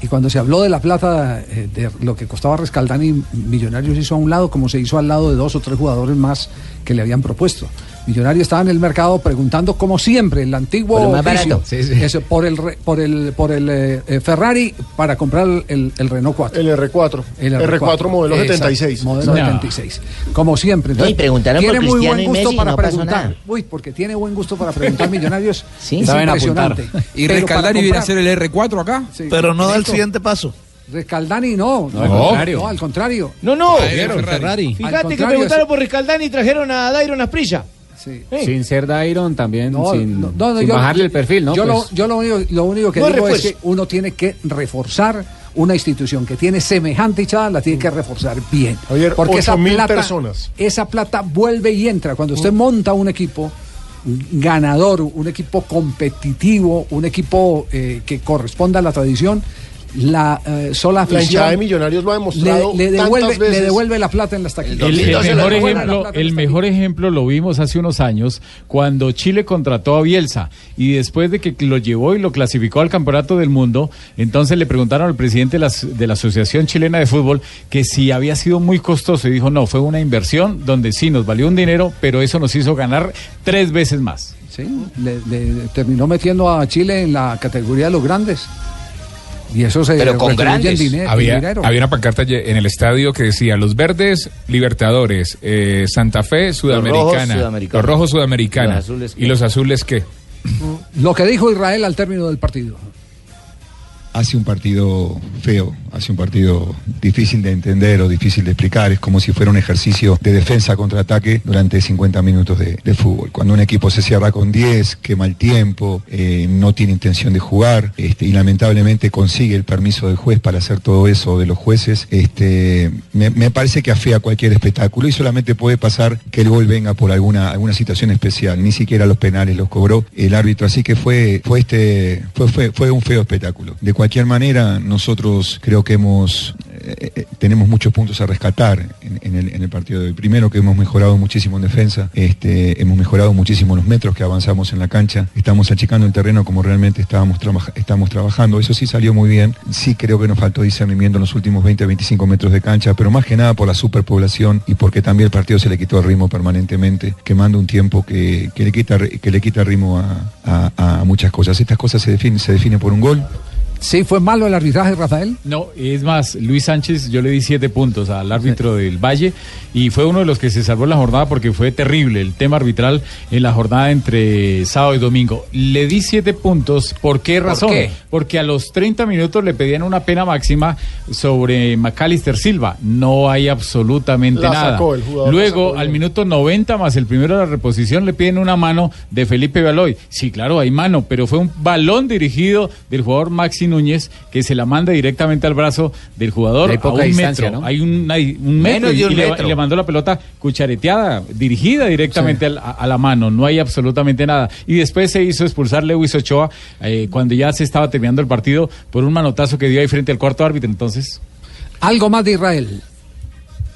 Speaker 2: Y cuando se habló de la plata, eh, de lo que costaba Rescaldani, Millonarios hizo a un lado, como se hizo al lado de dos o tres jugadores más que le habían propuesto. Millonarios estaba en el mercado preguntando, como siempre, el antiguo
Speaker 19: Por lo más
Speaker 2: oficio.
Speaker 19: barato. Sí, sí.
Speaker 2: Eso, por el re- por el por el eh, eh, Ferrari para comprar el, el Renault 4.
Speaker 8: El R4.
Speaker 2: El
Speaker 8: R4, modelo 76.
Speaker 2: Modelo
Speaker 8: No.
Speaker 2: 76. Como siempre.
Speaker 8: No, y preguntaron por
Speaker 2: tiene muy
Speaker 8: Cristiano
Speaker 2: buen
Speaker 8: y
Speaker 2: gusto
Speaker 8: Messi y
Speaker 2: para
Speaker 8: no pasó
Speaker 2: preguntar.
Speaker 8: nada.
Speaker 2: Uy, porque tiene buen gusto para preguntar Millonarios.
Speaker 8: Sí.
Speaker 2: es
Speaker 16: Saben apuntar.
Speaker 2: impresionante.
Speaker 16: Y
Speaker 2: Pero para
Speaker 16: Rescaldani viene a
Speaker 2: comprar-
Speaker 16: hacer el R4 acá.
Speaker 2: Sí. Pero no da el siguiente
Speaker 16: paso.
Speaker 2: Rescaldani no,
Speaker 16: No, al contrario.
Speaker 2: no, al contrario.
Speaker 10: No, no.
Speaker 2: Al
Speaker 10: Fíjate que
Speaker 2: contrario,
Speaker 10: preguntaron por Riscaldani y trajeron a Dairon Asprilla.
Speaker 2: Sí.
Speaker 20: Sin ser Dairon también,
Speaker 2: No,
Speaker 20: sin,
Speaker 2: no, no,
Speaker 20: sin
Speaker 2: yo-
Speaker 20: bajarle el perfil, ¿no?
Speaker 2: Yo,
Speaker 20: Pues-
Speaker 2: lo, yo lo único, lo único que
Speaker 20: No hay
Speaker 2: digo es que
Speaker 20: refuerzo.
Speaker 2: uno tiene que reforzar una institución que tiene semejante hinchada, la tiene que reforzar bien.
Speaker 8: Javier,
Speaker 2: Porque esa
Speaker 8: 8.000
Speaker 2: plata,
Speaker 8: personas. Mm.
Speaker 2: esa plata vuelve y entra. Cuando usted monta un equipo ganador, un equipo competitivo, un equipo eh, que corresponda a la tradición, la eh, sola
Speaker 8: La
Speaker 2: afición
Speaker 8: hinchada de Millonarios lo ha demostrado
Speaker 2: le, le
Speaker 8: tantas
Speaker 2: devuelve, le
Speaker 8: veces.
Speaker 2: devuelve la plata en las taquillas.
Speaker 11: El, el
Speaker 2: Entonces,
Speaker 11: mejor,
Speaker 2: le devuelve la
Speaker 11: ejemplo,
Speaker 2: plata.
Speaker 11: el mejor ejemplo lo vimos hace unos años cuando Chile contrató a Bielsa y después de que lo llevó y lo clasificó al Campeonato del Mundo, entonces le preguntaron al presidente de la, as- de la Asociación Chilena de Fútbol que si había sido muy costoso y dijo no, fue una inversión donde sí nos valió un dinero, pero eso nos hizo ganar tres veces más.
Speaker 2: Sí, le- le terminó metiendo a Chile en la categoría de los grandes. Y eso se
Speaker 23: Pero con
Speaker 2: retribuye en
Speaker 23: grandes.
Speaker 2: dine-
Speaker 23: había,
Speaker 2: dinero.
Speaker 23: había una pancarta ye- en el estadio que decía Los Verdes, Libertadores, eh, Santa Fe, Sudamericana,
Speaker 2: rojos,
Speaker 23: los
Speaker 2: Sudamericana.
Speaker 23: rojos, Sudamericana,
Speaker 2: Los azules, ¿qué?
Speaker 23: y los azules qué.
Speaker 2: Lo que dijo Israel al término del partido.
Speaker 14: hace un partido feo, hace un partido difícil de entender o difícil de explicar, es como si fuera un ejercicio de defensa contra ataque durante 50 minutos de, de fútbol. Cuando un equipo se cierra con 10, quema el tiempo, eh, no tiene intención de jugar este, y lamentablemente consigue el permiso del juez para hacer todo eso de los jueces, este, me, me parece que afea cualquier espectáculo y solamente puede pasar que el gol venga por alguna, alguna situación especial, ni siquiera los penales los cobró el árbitro, así que fue, fue, este, fue, fue, fue un feo espectáculo. De cualquier manera, nosotros creo que hemos, eh, eh, tenemos muchos puntos a rescatar en, en el, en el partido de hoy. Primero que hemos mejorado muchísimo en defensa, este, hemos mejorado muchísimo los metros que avanzamos en la cancha, estamos achicando el terreno como realmente estábamos, trabaja- estamos trabajando, eso sí salió muy bien, sí creo que nos faltó discernimiento en los últimos 20-25 metros de cancha, pero más que nada por la superpoblación y porque también el partido se le quitó el ritmo permanentemente, quemando un tiempo que, que le, quita, ri- que le quita ritmo a, a- a muchas cosas. Estas cosas se definen, se definen por un gol.
Speaker 2: Sí, fue malo el arbitraje, Rafael.
Speaker 11: No, es más, Luis Sánchez, yo le di siete puntos al árbitro del Valle y fue uno de los que se salvó en la jornada porque fue terrible el tema arbitral en la jornada entre sábado y domingo. Le di siete puntos, ¿por qué
Speaker 18: ¿Por
Speaker 11: razón?
Speaker 18: qué?
Speaker 11: Porque a los 30 minutos le pedían una pena máxima sobre Macalister Silva. No hay absolutamente
Speaker 8: La
Speaker 11: nada.
Speaker 8: sacó el jugador, la
Speaker 11: Luego, al minuto 90 más el primero de la reposición, le piden una mano de Felipe Baloy. Sí, claro, hay mano, pero fue un balón dirigido del jugador Maxi Núñez que se la manda directamente al brazo del jugador
Speaker 20: Hay
Speaker 11: a
Speaker 20: poca
Speaker 11: un
Speaker 20: distancia,
Speaker 11: metro.
Speaker 20: ¿no?
Speaker 11: Hay un, hay un metro,
Speaker 20: Menos
Speaker 11: y,
Speaker 20: de un
Speaker 11: y le,
Speaker 20: metro.
Speaker 11: y le mandó la pelota cuchareteada, dirigida directamente al- a, a la mano. No hay absolutamente nada. Y después se hizo expulsar Lewis Ochoa eh, cuando ya se estaba terminando el partido por un manotazo que dio ahí frente al cuarto árbitro. Entonces.
Speaker 2: Algo más de Israel.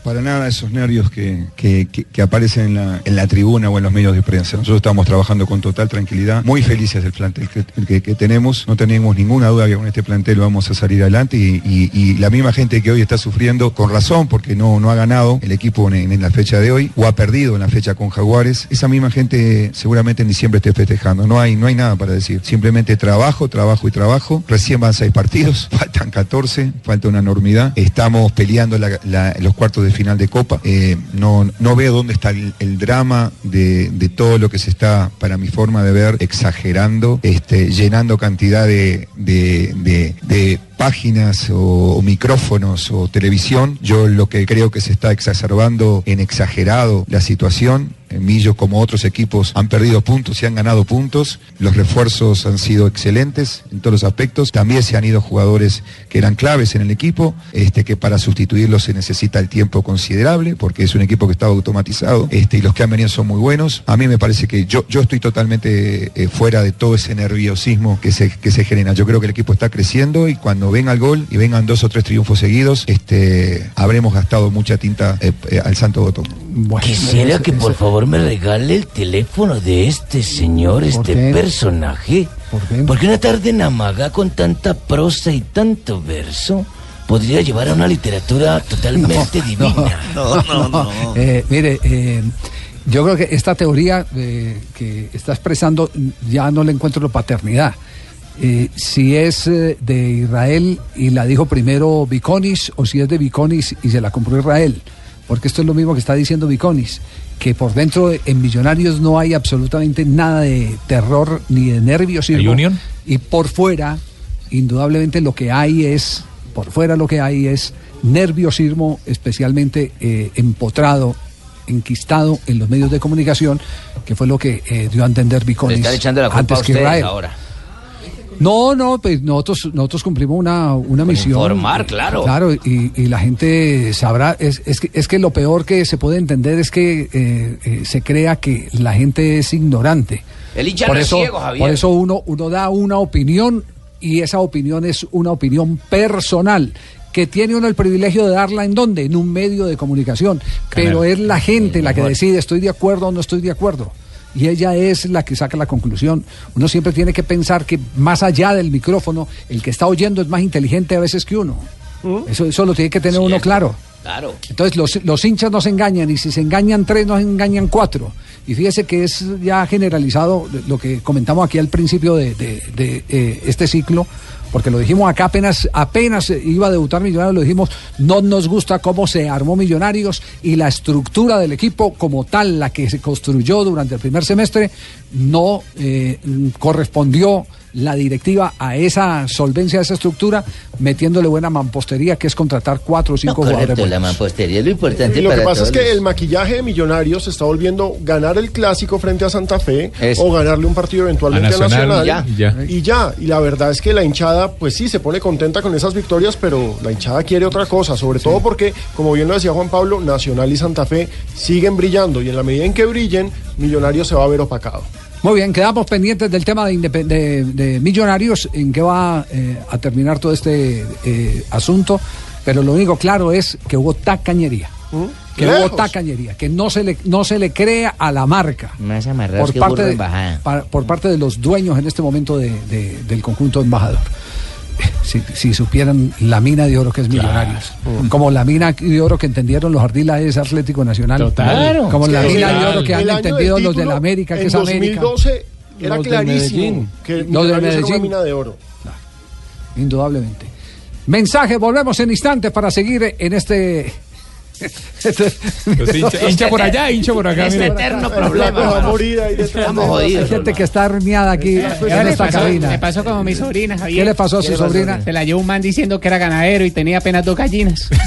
Speaker 14: Para nada esos nervios que, que- que- que aparecen en la, en la tribuna o en los medios de prensa. Nosotros estamos trabajando con total tranquilidad, muy felices del plantel que, el que- que tenemos. No tenemos ninguna duda que con este plantel vamos a salir adelante y, y- y la misma gente que hoy está sufriendo, con razón, porque no, no ha ganado el equipo en, en la fecha de hoy o ha perdido en la fecha con Jaguares, esa misma gente seguramente en diciembre esté festejando. No hay, no hay nada para decir. Simplemente trabajo, trabajo y trabajo. Recién van seis partidos, faltan 14, falta una enormidad. Estamos peleando la- la- los cuartos de final de Copa. Eh, no, no veo dónde está el, el drama de, de todo lo que se está, para mi forma de ver, exagerando, este, llenando cantidad de, de- de- de páginas o, o micrófonos o televisión. Yo lo que creo que se está exacerbando en exagerado la situación. Millos, como otros equipos, han perdido puntos y han ganado puntos. Los refuerzos han sido excelentes en todos los aspectos. También se han ido jugadores que eran claves en el equipo, este, que para sustituirlos se necesita el tiempo considerable, porque es un equipo que estaba automatizado, este, y los que han venido son muy buenos. A mí me parece que yo, yo estoy totalmente eh, fuera de todo ese nerviosismo que se, que se genera. Yo creo que el equipo está creciendo y cuando venga el gol y vengan dos o tres triunfos seguidos, este, habremos gastado mucha tinta eh, eh, al santo botón.
Speaker 21: Quisiera que por favor me regale el teléfono de este señor, este personaje. Porque una tarde en Amaga con tanta prosa y tanto verso podría llevar a una literatura totalmente divina.
Speaker 2: Eh, mire, eh, yo creo que esta teoría eh, que está expresando ya no le encuentro la paternidad. Eh, si es eh, de Israel y la dijo primero Viconis o si es de Viconis y se la compró Israel. Porque esto es lo mismo que está diciendo Viconis, que por dentro de- en Millonarios no hay absolutamente nada de terror ni de nervios.
Speaker 23: ¿Hay unión?
Speaker 2: Y por fuera, indudablemente lo que hay es, por fuera lo que hay es nerviosismo especialmente eh, empotrado enquistado en los medios de comunicación, que fue lo que eh, dio a entender Viconis.
Speaker 21: están echando la culpa
Speaker 2: antes
Speaker 21: a
Speaker 2: que
Speaker 21: ustedes
Speaker 2: Israel.
Speaker 21: ahora.
Speaker 2: No, no, pues nosotros, nosotros cumplimos una, una misión.
Speaker 21: informar, claro.
Speaker 2: Claro, y, y la gente sabrá, es, es, que, es que lo peor que se puede entender es que eh, eh, se crea que la gente es ignorante.
Speaker 21: El hincha no es ciego, Javier.
Speaker 2: Por eso uno, uno da una opinión y esa opinión es una opinión personal que tiene uno el privilegio de darla en dónde, en un medio de comunicación, pero es la gente la que decide estoy de acuerdo o no estoy de acuerdo. Y ella es la que saca la conclusión. Uno siempre tiene que pensar que más allá del micrófono, el que está oyendo es más inteligente a veces que uno.
Speaker 10: ¿Mm?
Speaker 2: Eso, eso lo tiene que tener uno claro.
Speaker 21: Claro.
Speaker 2: Entonces los, los hinchas no se engañan y si se engañan tres, no se engañan cuatro. Y fíjese que es ya generalizado lo que comentamos aquí al principio de, de- de, eh, este ciclo, porque lo dijimos acá apenas, apenas iba a debutar Millonarios, lo dijimos, no nos gusta cómo se armó Millonarios y la estructura del equipo como tal, la que se construyó durante el primer semestre, no eh, correspondió la directiva a esa solvencia, a esa estructura, metiéndole buena mampostería, que es contratar cuatro o cinco jugadores.
Speaker 9: Correcto, la
Speaker 2: buenos.
Speaker 9: mampostería es lo importante
Speaker 8: Y lo que
Speaker 9: para
Speaker 8: pasa es
Speaker 9: todos
Speaker 8: que el maquillaje de Millonarios se está volviendo ganar el clásico frente a Santa Fe
Speaker 9: Eso.
Speaker 8: o ganarle un partido eventualmente
Speaker 9: A
Speaker 8: a
Speaker 9: Nacional,
Speaker 8: Nacional.
Speaker 9: y ya.
Speaker 8: Y ya. Y la verdad es que la hinchada, pues sí, se pone contenta con esas victorias, pero la hinchada quiere otra cosa, sobre todo porque, como bien lo decía Juan Pablo, Nacional y Santa Fe siguen brillando y en la medida en que brillen, Millonarios se va a ver opacado.
Speaker 2: Muy bien, quedamos pendientes del tema de, indepe- de- de Millonarios, en qué va eh, a terminar todo este eh, asunto, pero lo único claro es que hubo tacañería,
Speaker 10: ¿Mm?
Speaker 2: que hubo
Speaker 9: Lejos.
Speaker 2: tacañería, que no se le no se le crea a la marca
Speaker 9: Más amarrados
Speaker 2: por
Speaker 9: que
Speaker 2: parte
Speaker 9: burro
Speaker 2: de,
Speaker 9: en bajada.
Speaker 2: para- por parte de los dueños en este momento de- de- del conjunto embajador. Si, si supieran la mina de oro que es Millonarios, como la mina de oro que entendieron los Ardilas es Atlético Nacional,
Speaker 8: Claro.
Speaker 2: como la
Speaker 8: Sí,
Speaker 2: mina
Speaker 8: total.
Speaker 2: de oro que han
Speaker 8: El año del
Speaker 2: entendido los de
Speaker 8: título,
Speaker 2: la América que
Speaker 8: en
Speaker 2: es América.
Speaker 8: 2012 era
Speaker 2: Los de
Speaker 8: clarísimo
Speaker 2: Medellín.
Speaker 8: que
Speaker 2: Los de
Speaker 8: Millonarios era una
Speaker 2: Medellín.
Speaker 8: mina de oro.
Speaker 2: Indudablemente. Mensaje, volvemos en instantes para seguir en este.
Speaker 23: Pues hincha- hincha por allá, hincha por acá, Este mire. eterno problema,
Speaker 8: Va a
Speaker 23: hermano.
Speaker 8: morir ahí detrás.
Speaker 23: Estamos
Speaker 2: Hay
Speaker 23: jodidos,
Speaker 2: gente que está herniada aquí en
Speaker 15: le
Speaker 2: esta
Speaker 15: pasó, me
Speaker 2: cabina.
Speaker 15: pasó como mi sobrina, Javier.
Speaker 2: ¿Qué le pasó a su ¿Qué le pasó, sobrina? sobrina?
Speaker 15: Se la llevó un man diciendo que era ganadero y tenía apenas dos gallinas.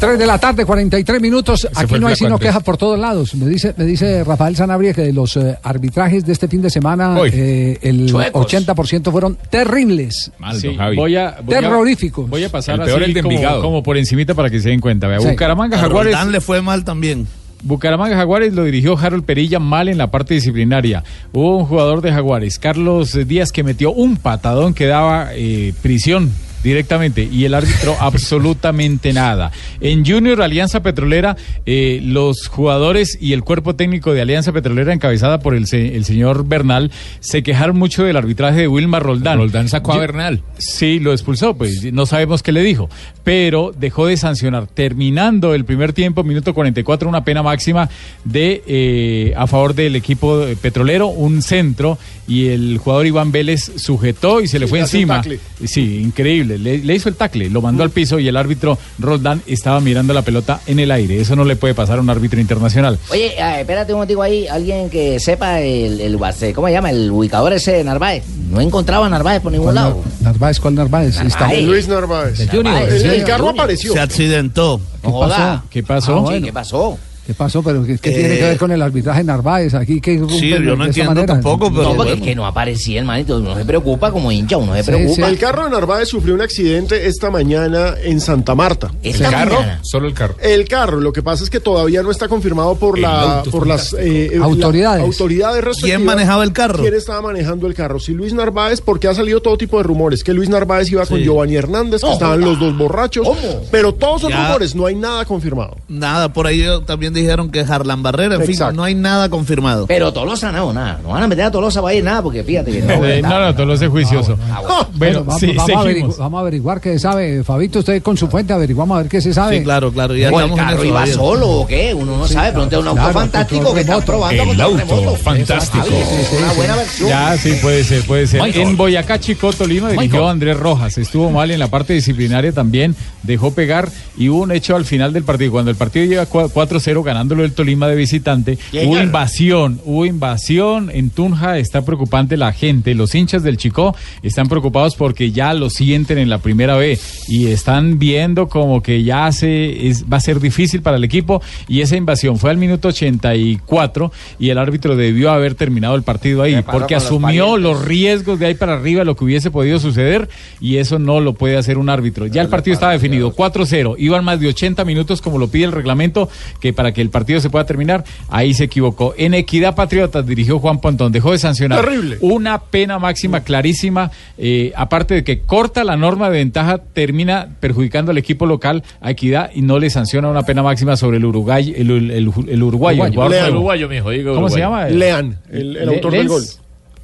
Speaker 2: Tres de la tarde, 43 minutos. Aquí
Speaker 23: fue
Speaker 2: no
Speaker 23: el flaco
Speaker 2: hay sino
Speaker 23: antes.
Speaker 2: quejas por todos lados. Me dice, me dice Rafael Sanabria que de los eh, arbitrajes de este fin de semana,
Speaker 11: Hoy.
Speaker 2: eh, el
Speaker 11: Chuecos.
Speaker 2: 80% fueron terribles.
Speaker 11: Sí, Voy a, voy a-
Speaker 2: Terroríficos.
Speaker 11: voy a pasar
Speaker 2: El
Speaker 11: así
Speaker 2: peor, el de
Speaker 11: como,
Speaker 2: Envigado.
Speaker 11: como por encimita para que se den cuenta. vea.
Speaker 2: Sí.
Speaker 11: Bucaramanga
Speaker 2: A
Speaker 11: Jaguares.
Speaker 2: Roldán
Speaker 11: le fue mal también. Bucaramanga Jaguares lo dirigió Harold Perilla mal en la parte disciplinaria. Hubo un jugador de Jaguares, Carlos Díaz, que metió un patadón que daba eh, prisión directamente y el árbitro absolutamente nada. En Junior Alianza Petrolera, eh, los jugadores y el cuerpo técnico de Alianza Petrolera encabezada por el, se- el señor Bernal se quejaron mucho del arbitraje de Wilmar Roldán. Roldán sacó
Speaker 23: a
Speaker 11: Bernal. Sí, lo expulsó, pues no sabemos qué le dijo, pero dejó de sancionar. Terminando el primer tiempo, minuto 44, una pena máxima de eh, a favor del equipo eh, petrolero, un centro y el jugador Iván Vélez sujetó y se le
Speaker 23: Sí,
Speaker 11: fue
Speaker 23: hace un
Speaker 11: encima.
Speaker 23: tacle.
Speaker 11: Sí, increíble. Le, le hizo el tacle, lo mandó al piso y el árbitro Roldán estaba mirando la pelota en el aire. Eso no le puede pasar a un árbitro internacional.
Speaker 21: Oye, ah, espérate un momentico ahí, alguien que sepa el, el guase- ¿cómo se llama? El ubicador ese de Narváez. No encontraba a Narváez por ningún lado.
Speaker 2: Narváez, ¿cuál Narváez? Está-
Speaker 8: Luis Narváez.
Speaker 21: De Junior.
Speaker 8: El, el carro
Speaker 21: Junior.
Speaker 8: apareció.
Speaker 21: Se
Speaker 2: accidentó. ¿Qué pasó?
Speaker 11: ¿Qué pasó?
Speaker 2: Ah, bueno.
Speaker 21: ¿Qué pasó?
Speaker 2: ¿Qué pasó? ¿Pero qué,
Speaker 23: Eh,
Speaker 2: qué tiene que ver con el arbitraje Narváez aquí? Que irrumpen de esa manera?
Speaker 21: No, porque es que no aparecía el manito. Uno se preocupa como hincha, uno se preocupa.
Speaker 8: uh, El carro de Narváez sufrió un accidente esta mañana en Santa Marta.
Speaker 21: ¿Esta ¿El carro? mañana?
Speaker 8: Solo el carro. El carro. Lo que pasa es que todavía no está confirmado por,
Speaker 14: El
Speaker 8: la,
Speaker 14: auto,
Speaker 8: por las eh, eh,
Speaker 14: Autoridades.
Speaker 8: la- autoridades respectivas.
Speaker 14: ¿Quién manejaba el carro?
Speaker 8: ¿Quién estaba manejando el carro? Si Luis Narváez, porque ha salido todo tipo de rumores. Que Luis Narváez iba con
Speaker 14: Sí.
Speaker 8: Giovanni Hernández, que
Speaker 14: No,
Speaker 8: estaban
Speaker 14: joda.
Speaker 8: los dos borrachos. Pero todos son
Speaker 14: Ya.
Speaker 8: rumores, no hay nada confirmado.
Speaker 13: Nada, por ahí eh, también dijeron que Harlan Barrera, en fin, no hay nada confirmado.
Speaker 21: Pero Tolosa no, nada. No van a meter a Tolosa para ir nada, porque fíjate que no.
Speaker 11: Eh,
Speaker 21: nada.
Speaker 11: no, no, todo lo hace juicioso. Ah, Bueno,
Speaker 2: Bueno, vamos,
Speaker 11: sí,
Speaker 2: vamos a
Speaker 11: seguimos.
Speaker 2: averigu- vamos a averiguar qué se sabe, Fabito. Usted con su fuente averiguamos a ver qué se sabe.
Speaker 13: Sí, claro, claro, ya
Speaker 21: O el carro iba solo o qué, uno no sabe, pero es un auto
Speaker 2: claro,
Speaker 21: fantástico
Speaker 2: control
Speaker 21: que está
Speaker 2: remoto.
Speaker 21: probando
Speaker 11: El
Speaker 21: control
Speaker 11: auto
Speaker 21: remoto.
Speaker 11: fantástico.
Speaker 21: Eso, Javi, eso es Una buena versión.
Speaker 11: Ya, sí, puede ser, puede ser.
Speaker 21: Michael.
Speaker 11: En Boyacá, Chico, Tolima, dirigió
Speaker 21: Michael.
Speaker 11: Andrés Rojas. Estuvo mal en la parte disciplinaria también, dejó pegar y hubo un hecho al final del partido. Cuando el partido llega cua- 4-0 ganándolo el Tolima de visitante.
Speaker 17: Señor.
Speaker 11: Hubo invasión, hubo invasión en Tunja, está preocupante la gente, los hinchas del Chicó están preocupados porque ya lo sienten en la primera B y están viendo como que ya se es, va a ser difícil para el equipo y esa invasión fue al minuto 84 y el árbitro debió haber terminado el partido ahí
Speaker 17: pasó
Speaker 11: porque
Speaker 17: con los
Speaker 11: asumió
Speaker 17: parientes.
Speaker 11: los riesgos de ahí para arriba lo que hubiese podido suceder y eso no lo puede hacer un árbitro. Ya el partido estaba definido 4-0, iban más de 80 minutos como lo pide el reglamento que para que el partido se pueda terminar, ahí se equivocó. En Equidad Patriotas dirigió Juan Pontón, dejó de sancionar
Speaker 17: Terrible.
Speaker 11: una pena máxima clarísima, eh, aparte de que corta la norma de ventaja, termina perjudicando al equipo local a Equidad y no le sanciona una pena máxima sobre el Uruguay, el, el- el- el uruguayo, el jugador
Speaker 17: Lean.
Speaker 11: nuevo.
Speaker 17: Uruguayo, mijo, diga
Speaker 11: ¿Cómo se
Speaker 17: uruguayo.
Speaker 11: llama?
Speaker 17: Lean, el- el autor del gol.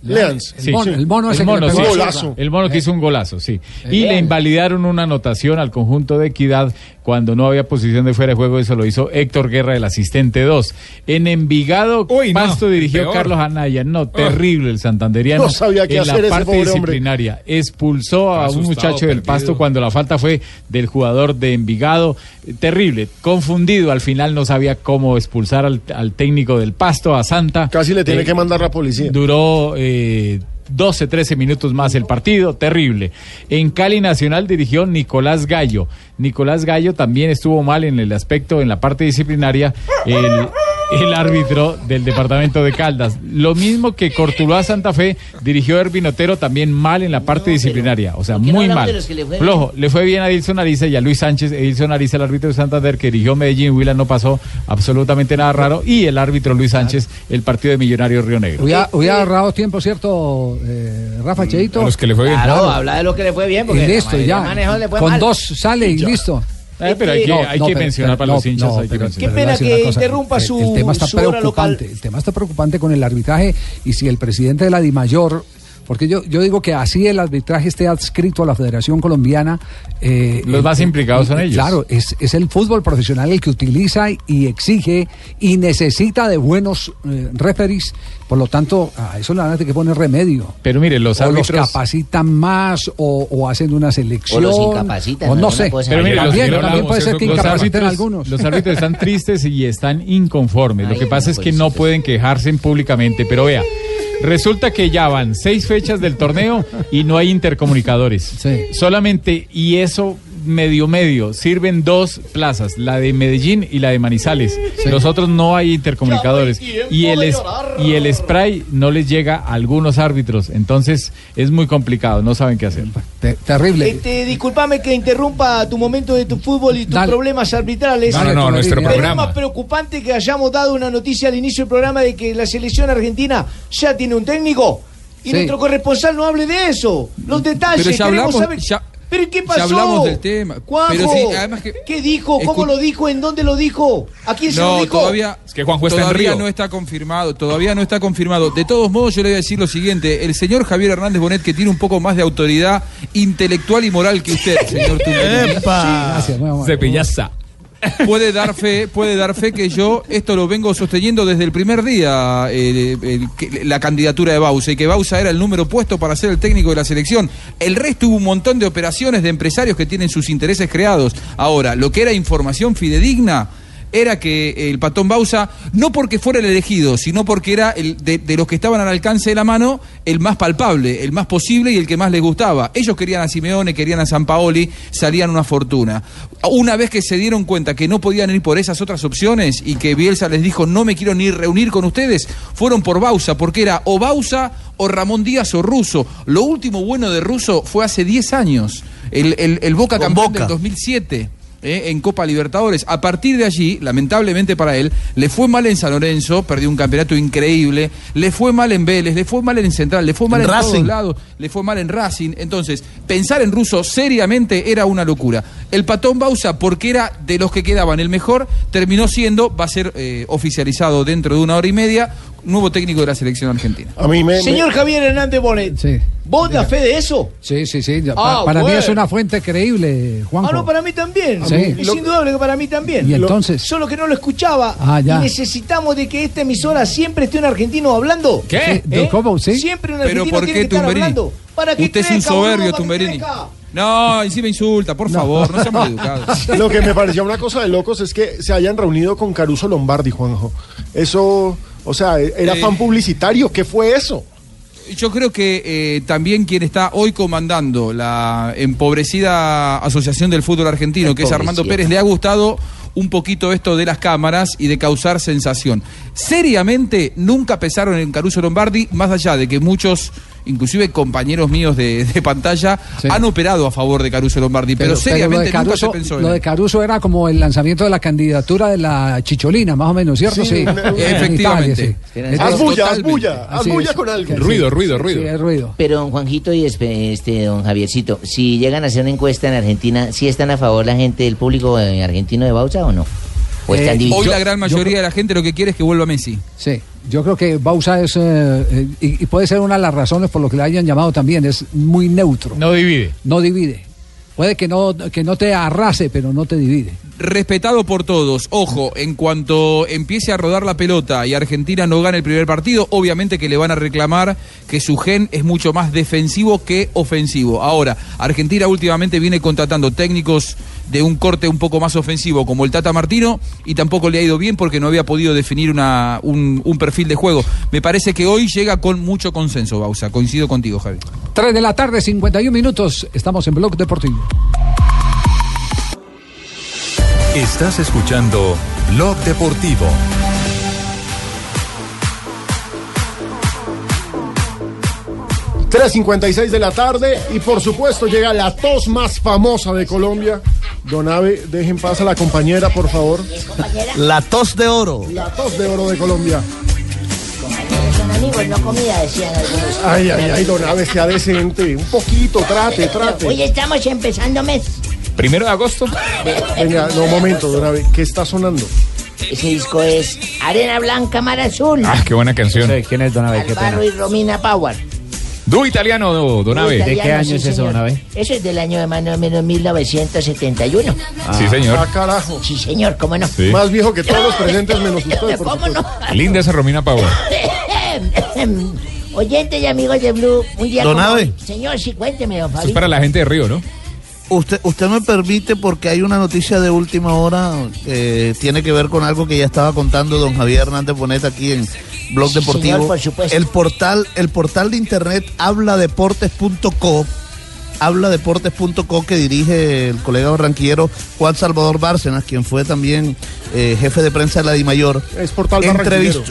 Speaker 17: Leans.
Speaker 11: Sí.
Speaker 17: El mono, el mono ese que le pegó
Speaker 11: sí, sí.
Speaker 17: un golazo.
Speaker 11: El mono que hizo un golazo, sí.
Speaker 17: El
Speaker 11: Y le
Speaker 17: Leans.
Speaker 11: invalidaron una anotación al conjunto de Equidad cuando no había posición de fuera de juego. Eso lo hizo Héctor Guerra, el asistente 2. En Envigado, Pasto dirigió
Speaker 17: peor.
Speaker 11: Carlos Anaya. No, terrible el santanderiano.
Speaker 17: No sabía qué
Speaker 11: en
Speaker 17: hacer
Speaker 11: la
Speaker 17: ese
Speaker 11: parte
Speaker 17: pobre hombre.
Speaker 11: disciplinaria. Expulsó a
Speaker 17: Asustado,
Speaker 11: un muchacho del
Speaker 17: perdido.
Speaker 11: Pasto cuando la falta fue del jugador de Envigado. Eh, Terrible, confundido. Al final no sabía cómo expulsar al, al técnico del Pasto, a Santa. Casi
Speaker 8: le tiene que mandar la policía.
Speaker 11: Duró eh, 12, 13 minutos más el partido, terrible. En Cali Nacional dirigió Nicolás Gallo. Nicolás Gallo también estuvo mal en el aspecto, en la parte disciplinaria, el, el árbitro del departamento de Caldas. Lo mismo que Cortuluá Santa Fe dirigió Ervin Otero también mal en la parte disciplinaria, o sea,
Speaker 21: no
Speaker 11: muy
Speaker 21: hablamos
Speaker 11: mal.
Speaker 21: de los que le fue bien?
Speaker 11: Flojo, le fue bien a Edilson Ariza y a Luis Sánchez. Edilson Ariza, el árbitro de Santander, que dirigió Medellín, Huila, no pasó absolutamente nada raro. Y el árbitro Luis Sánchez, el partido de Millonarios Río Negro.
Speaker 2: Hubiera, hubiera ahorrado tiempo, ¿cierto, eh, Rafa Cheito?
Speaker 11: Mm, a los que le fue bien. Claro, habla
Speaker 2: habla
Speaker 11: de
Speaker 2: lo
Speaker 21: que le fue bien,
Speaker 11: porque
Speaker 2: Y
Speaker 11: la
Speaker 2: listo,
Speaker 21: mayoría
Speaker 2: ya.
Speaker 21: manejó, le fue
Speaker 2: Con
Speaker 21: mal.
Speaker 2: dos sale
Speaker 21: Y
Speaker 2: y
Speaker 21: ya.
Speaker 2: listo.
Speaker 21: Eh, pero hay que- hay que mencionar para los hinchas, hay que
Speaker 2: pero-
Speaker 21: mencionar.
Speaker 2: pero
Speaker 21: Qué pena
Speaker 2: le voy a decir una
Speaker 21: que
Speaker 2: cosa,
Speaker 21: interrumpa
Speaker 2: el-
Speaker 21: su-
Speaker 2: El tema está
Speaker 21: su hora
Speaker 2: preocupante. El tema está preocupante con el arbitraje y si el presidente de la DIMAYOR. Porque yo, yo digo que así el arbitraje esté adscrito a la Federación Colombiana. eh,
Speaker 11: Los más implicados son ellos.
Speaker 2: Claro, es, es el fútbol profesional el que utiliza y exige y necesita de buenos eh, referees. Por lo tanto, a eso le van a tener que poner remedio.
Speaker 11: Pero mire, los
Speaker 2: o
Speaker 11: árbitros.
Speaker 2: los capacitan más o, o hacen una selección.
Speaker 21: incapacitan,
Speaker 2: O no
Speaker 21: alguna
Speaker 2: sé.
Speaker 21: cosa.
Speaker 11: Pero mire, los
Speaker 2: también,
Speaker 11: que no
Speaker 2: también
Speaker 11: hablamos,
Speaker 2: puede ser
Speaker 11: eso,
Speaker 2: que
Speaker 11: los
Speaker 2: incapaciten
Speaker 11: árbitros-
Speaker 2: algunos.
Speaker 11: Los árbitros están tristes y están inconformes. Lo que pasa es que
Speaker 21: pues
Speaker 11: no pueden quejarse públicamente. Pero vea, resulta que ya van seis fechas del torneo y no hay intercomunicadores. Solamente, y eso medio medio, sirven dos plazas, la de Medellín y la de Manizales. Los otros no hay intercomunicadores. Y el, es- y el spray no les llega a algunos árbitros. Entonces es muy complicado, no saben qué hacer.
Speaker 2: terrible.
Speaker 10: Este, disculpame que interrumpa tu momento de tu fútbol y tus problemas arbitrales.
Speaker 23: No, no, no, nuestro
Speaker 10: Pero es
Speaker 23: programa.
Speaker 10: más preocupante que hayamos dado una noticia al inicio del programa de que la selección argentina ya tiene un técnico. Y
Speaker 16: Sí.
Speaker 10: nuestro corresponsal no hable de eso. Los detalles,
Speaker 16: Pero ya hablamos-
Speaker 10: queremos saber.
Speaker 16: ya-
Speaker 10: ¿Pero qué
Speaker 16: ya
Speaker 10: pasó?
Speaker 16: hablamos del tema.
Speaker 10: Juanjo,
Speaker 16: Pero sí, además que-
Speaker 10: ¿Qué dijo? ¿Cómo
Speaker 16: Escu-
Speaker 10: lo dijo? ¿En dónde lo dijo? ¿A quién se lo
Speaker 16: No,
Speaker 10: dijo?
Speaker 16: todavía, todavía
Speaker 10: Río.
Speaker 16: no está confirmado, todavía no está confirmado. De todos modos, yo le voy a decir lo siguiente, el señor Javier Hernández Bonet, que tiene un poco más de autoridad intelectual y moral que usted, señor Tumberini.
Speaker 23: Cepillaza.
Speaker 16: puede dar fe, puede dar fe que yo esto lo vengo sosteniendo desde el primer día eh, el que- la candidatura de Bausa y que Bausa era el número puesto para ser el técnico de la selección. El resto hubo un montón de operaciones de empresarios que tienen sus intereses creados. Ahora, lo que era información fidedigna era que el patón Bausa, no porque fuera el elegido, sino porque era el de, de los que estaban al alcance de la mano, el más palpable, el más posible y el que más les gustaba. Ellos querían a Simeone, querían a San Paoli, salían una fortuna. Una vez que se dieron cuenta que no podían ir por esas otras opciones y que Bielsa les dijo no me quiero ni reunir con ustedes, fueron por Bausa, porque era o Bausa o Ramón Díaz o Russo. Lo último bueno de Russo fue hace 10 años, el, el- el Boca campeón del 2007 eh, en Copa Libertadores. A partir de allí, lamentablemente para él, le fue mal en San Lorenzo, perdió un campeonato increíble, le fue mal en Vélez, le fue mal en Central, le fue mal en
Speaker 13: Racing.
Speaker 16: todos lados, le fue mal en Racing. Entonces, pensar en ruso seriamente era una locura. El patón Bausa, porque era de los que quedaban el mejor, terminó siendo, va a ser eh, oficializado dentro de una hora y media, nuevo técnico de la selección argentina.
Speaker 8: A mí me-
Speaker 10: Señor Javier Hernández Bonet, ¿vos das fe de eso?
Speaker 2: Sí, sí, sí. ya,
Speaker 10: Ah,
Speaker 2: pa- para mí
Speaker 10: bueno.
Speaker 2: es una fuente creíble, Juan.
Speaker 10: Ah, no, para mí también.
Speaker 2: Sí.
Speaker 10: Es
Speaker 2: Lo-
Speaker 10: indudable que para mí también.
Speaker 2: ¿Y entonces?
Speaker 10: Lo- Solo que no lo escuchaba.
Speaker 2: Ah, ya.
Speaker 10: Y necesitamos de que esta emisora siempre esté un argentino hablando.
Speaker 16: ¿Qué? Sí, ¿de
Speaker 10: ¿Eh?
Speaker 16: cómo? Sí.
Speaker 10: Siempre un
Speaker 16: ¿Pero
Speaker 10: argentino
Speaker 16: por
Speaker 10: tiene
Speaker 16: qué,
Speaker 10: que estar
Speaker 16: Tumberini?
Speaker 10: hablando. Para que
Speaker 16: Usted es un
Speaker 10: crezca, boludo,
Speaker 16: soberbio,
Speaker 10: para que
Speaker 16: Tumberini.
Speaker 10: crezca.
Speaker 16: No, encima insulta, por favor, no, seamos educados.
Speaker 8: Lo que me parecía una cosa de locos es que se hayan reunido con Caruso Lombardi, Juanjo. Eso, o sea, e-, era
Speaker 16: Eh.
Speaker 8: fan publicitario, ¿qué fue eso?
Speaker 16: Yo creo que eh, también quien está hoy comandando la empobrecida Asociación del Fútbol Argentino, que es Armando
Speaker 12: Empobrecida.
Speaker 16: Pérez, le ha gustado un poquito esto de las cámaras y de causar sensación. Seriamente, nunca pesaron en Caruso Lombardi, más allá de que muchos, inclusive compañeros míos de, de pantalla, han operado a favor de Caruso Lombardi, pero, seriamente
Speaker 2: lo de
Speaker 16: nunca
Speaker 2: Caruso,
Speaker 16: se pensó en
Speaker 2: lo de Caruso era como el lanzamiento de la candidatura de la Chicholina, más o menos, ¿cierto?
Speaker 16: Sí,
Speaker 2: Sí, efectivamente.
Speaker 8: Haz bulla, haz bulla, haz
Speaker 2: Así
Speaker 8: Ah, bulla
Speaker 2: es.
Speaker 8: con algo.
Speaker 2: ruido.
Speaker 12: Pero don Juanjito y espe- este don Javiercito, si llegan a hacer una encuesta en Argentina, ¿sí están a favor la gente del público eh, argentino de Bausa o no?
Speaker 2: Pues
Speaker 12: ¿O están
Speaker 16: Eh, hoy
Speaker 12: divididos?
Speaker 16: la gran mayoría de la gente lo que quiere es que vuelva Messi.
Speaker 2: Sí, yo creo que Bausa es, eh, eh, y, y puede ser una de las razones por lo que le hayan llamado también, es muy neutro.
Speaker 16: No divide.
Speaker 2: No divide. Puede que no, que no te arrase, pero no te divide.
Speaker 16: respetado por todos. Ojo, en cuanto empiece a rodar la pelota y Argentina no gane el primer partido, obviamente que le van a reclamar que su gen es mucho más defensivo que ofensivo. Ahora, Argentina últimamente viene contratando técnicos de un corte un poco más ofensivo, como el Tata Martino, y tampoco le ha ido bien porque no había podido definir una- un, un perfil de juego. Me parece que hoy llega con mucho consenso, Bausa. Coincido contigo, Javi.
Speaker 2: 3 de la tarde, 51 minutos. Estamos en Blog Deportivo.
Speaker 1: Estás escuchando Blog Deportivo.
Speaker 8: Tres cincuenta y seis de la tarde y por supuesto llega la tos más famosa de Colombia. Don Ave, dejen paz a la compañera, por favor.
Speaker 13: La tos de oro.
Speaker 8: La tos de oro de Colombia.
Speaker 12: Son amigos, no comida, decían algunos.
Speaker 8: Ay, ay, ay, don Ave, sea decente. Un poquito, trate, trate.
Speaker 12: Hoy estamos empezando mes.
Speaker 8: Primero de agosto. Venga, no, un momento, don Ave, ¿qué está sonando?
Speaker 12: Ese disco es Arena Blanca Mar Azul.
Speaker 23: Ah, qué buena canción.
Speaker 20: ¿Quién es Don Abe?
Speaker 12: Alvaro y Romina Power.
Speaker 23: Du italiano, Don Abe.
Speaker 12: Italiano, sí, señor. Eso es del año de más o menos 1971.
Speaker 23: Sí, señor. Ah,
Speaker 8: carajo.
Speaker 12: Sí, señor, cómo no.
Speaker 23: Sí. Más
Speaker 8: viejo que todos los presentes menos usted, por
Speaker 12: ¿Cómo no?
Speaker 23: Linda esa Romina Power.
Speaker 12: Oyentes y amigos de Blue, un día
Speaker 13: Don
Speaker 12: como
Speaker 13: Abe.
Speaker 12: hoy- Señor, sí, cuénteme, don Fabio.
Speaker 23: gente de Río, ¿no?
Speaker 13: Usted, usted me permite porque hay una noticia de última hora que tiene que ver con algo que ya estaba contando don Javier Hernández Bonet aquí en Blog
Speaker 12: Sí, señor,
Speaker 13: Deportivo.
Speaker 12: por supuesto.
Speaker 13: El portal, el portal de internet habladeportes.co habladeportes.co que dirige el colega barranquillero Juan Salvador Bárcenas, quien fue también eh, jefe de prensa de la DIMAYOR.
Speaker 8: Es portal
Speaker 13: Entrevistó-
Speaker 8: barranquillero.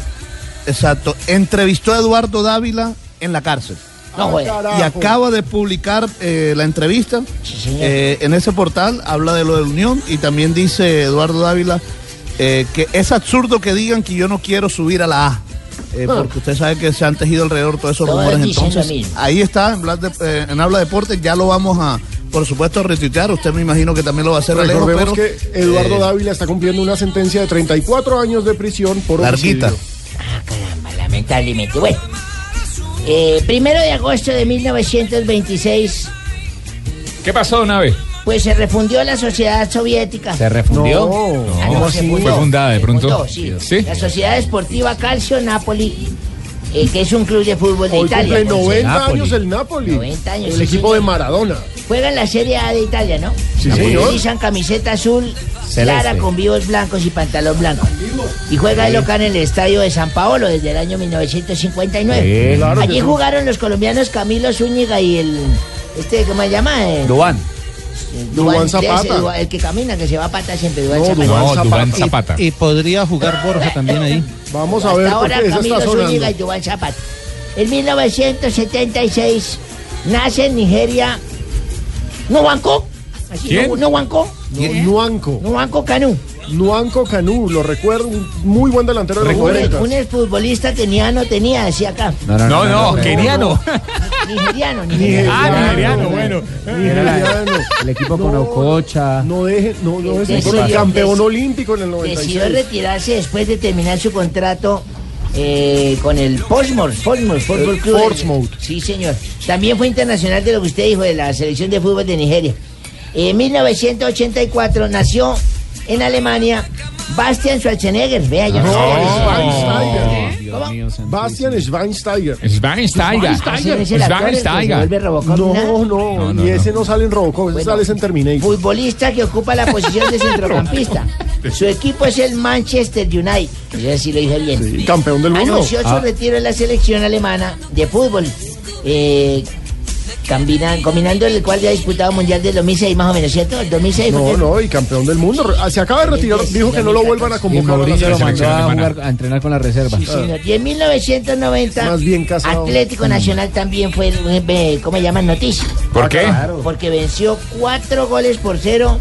Speaker 13: Exacto. Entrevistó a Eduardo Dávila en la cárcel.
Speaker 12: Ah, No, güey.
Speaker 13: Y acaba de publicar eh, la entrevista eh, en ese portal, habla de lo de la Unión y también dice Eduardo Dávila eh, que es absurdo que digan que yo no quiero subir a la A. eh,
Speaker 12: Ah.
Speaker 13: Porque usted sabe que se han tejido alrededor todos esos
Speaker 12: Todos
Speaker 13: rumores.
Speaker 12: dicen lo
Speaker 13: Entonces,
Speaker 12: mismo.
Speaker 13: ahí está, en, Blas de- eh, en Habla Deportes, ya lo vamos a, por supuesto, retuitear. Usted me imagino que también lo va a hacer Alejo,
Speaker 8: Recordemos
Speaker 13: pero,
Speaker 8: que Eduardo
Speaker 13: eh,
Speaker 8: Dávila está cumpliendo una sentencia de 34 años de prisión por
Speaker 13: Larguita.
Speaker 8: homicidio.
Speaker 12: Lamentablemente, bueno. Eh, primero de agosto de 1926,
Speaker 23: ¿Qué pasó, Don Abe?
Speaker 12: pues se refundió la sociedad soviética.
Speaker 23: ¿Se refundió? No.
Speaker 12: Ah, no,
Speaker 23: ¿Cómo
Speaker 12: se
Speaker 23: así?
Speaker 12: fundó.
Speaker 23: Fue fundada de
Speaker 12: Se
Speaker 23: pronto.
Speaker 12: fundó, sí.
Speaker 23: Sí.
Speaker 12: La sociedad deportiva Calcio Napoli, eh, que es un club de fútbol de
Speaker 8: Hoy
Speaker 12: Italia.
Speaker 8: cumple 90 años el Napoli.
Speaker 12: 90 años,
Speaker 8: El
Speaker 12: sí,
Speaker 8: equipo de Maradona.
Speaker 12: Juegan la Serie A de Italia, ¿no?
Speaker 8: Sí, señor.
Speaker 12: Utilizan camiseta azul,
Speaker 8: Celeste.
Speaker 12: clara con vivos blancos y pantalón blanco. Y juega el local en el estadio de San Paolo desde el año 1959.
Speaker 20: Sí, claro que
Speaker 12: Allí
Speaker 20: sí.
Speaker 12: jugaron los colombianos Camilo Zúñiga y el. Este, ¿cómo se llama? Eh,
Speaker 20: Dubán.
Speaker 12: Duván
Speaker 20: Duván
Speaker 12: inglés,
Speaker 20: Zapata.
Speaker 12: eh, Duván- el que camina, que se va a pata siempre. Duván
Speaker 20: No,
Speaker 12: Zapata.
Speaker 20: Duván No, Duván
Speaker 13: Y- Y, podría jugar Borja también ahí.
Speaker 8: Vamos
Speaker 12: Hasta ahora Camilo Zúñiga y Duván Zapata. En 1976 nace en Nigeria Nubanko. Así,
Speaker 8: ¿Quién?
Speaker 12: Nu- Nubanko.
Speaker 8: Nu- Nuanco.
Speaker 12: Nuanco Canú.
Speaker 8: Nuanco Canú, lo recuerdo, un muy buen delantero de los
Speaker 12: Un, ex-
Speaker 8: 40.
Speaker 12: un exfutbolista keniano tenía, decía acá.
Speaker 8: No, no, no, No, no, no, no. Ah,
Speaker 12: keniano. Nigeriano, nigeriano.
Speaker 20: Era la- el equipo con Ococha.
Speaker 8: No deje, no, no es
Speaker 12: Decidió-
Speaker 8: bueno, campeón
Speaker 12: dec-
Speaker 8: olímpico en el
Speaker 12: Decidió
Speaker 8: 96.
Speaker 12: retirarse después de terminar su contrato eh, con el Portsmouth, Portsmouth Fútbol
Speaker 8: El
Speaker 12: Club.
Speaker 8: Portsmouth.
Speaker 12: Sí, señor. También fue internacional de lo que usted dijo, de la selección de fútbol de Nigeria. En 1984 nació en Alemania Bastian Schwarzenegger. Vea, yo
Speaker 20: No,
Speaker 12: sé.
Speaker 10: ¿Eh?
Speaker 20: Schweinsteiger.
Speaker 5: Dios mío, santísimo.
Speaker 8: Bastian Schweinsteiger.
Speaker 23: Schweinsteiger.
Speaker 8: Schweinsteiger.
Speaker 23: Ese es el actor el que se Schweinsteiger. vuelve
Speaker 12: Robocop,
Speaker 8: No,
Speaker 12: ¿no?
Speaker 8: no,
Speaker 12: No, no,
Speaker 8: y ese no sale en Robocop, ese sale en Terminator.
Speaker 12: Futbolista que ocupa la posición de centrocampista. Su equipo es el Manchester United. Yo sí lo dije bien.
Speaker 8: campeón del mundo.
Speaker 12: Anunció su
Speaker 8: Ah.
Speaker 12: retiro en la selección alemana de fútbol. Eh, combina- combinando el cual ya ha disputado Mundial del 2006 más o menos, ¿cierto? El 2006 fue
Speaker 8: No,
Speaker 12: que-
Speaker 8: no, y campeón del mundo. Re- Se acaba de retirar, dijo que no lo vuelvan a
Speaker 25: Y
Speaker 8: convocar. a la
Speaker 25: Mourinho lo mandó
Speaker 8: selección
Speaker 25: a,
Speaker 8: alemana.
Speaker 25: jugar, a entrenar con la reserva.
Speaker 12: Sí, señor. Y en 1990,
Speaker 8: Más bien casado.
Speaker 12: Atlético Nacional también fue, eh, ¿cómo llaman? Noticia.
Speaker 8: Ah,
Speaker 23: ¿Por qué?
Speaker 12: Porque venció cuatro goles por cero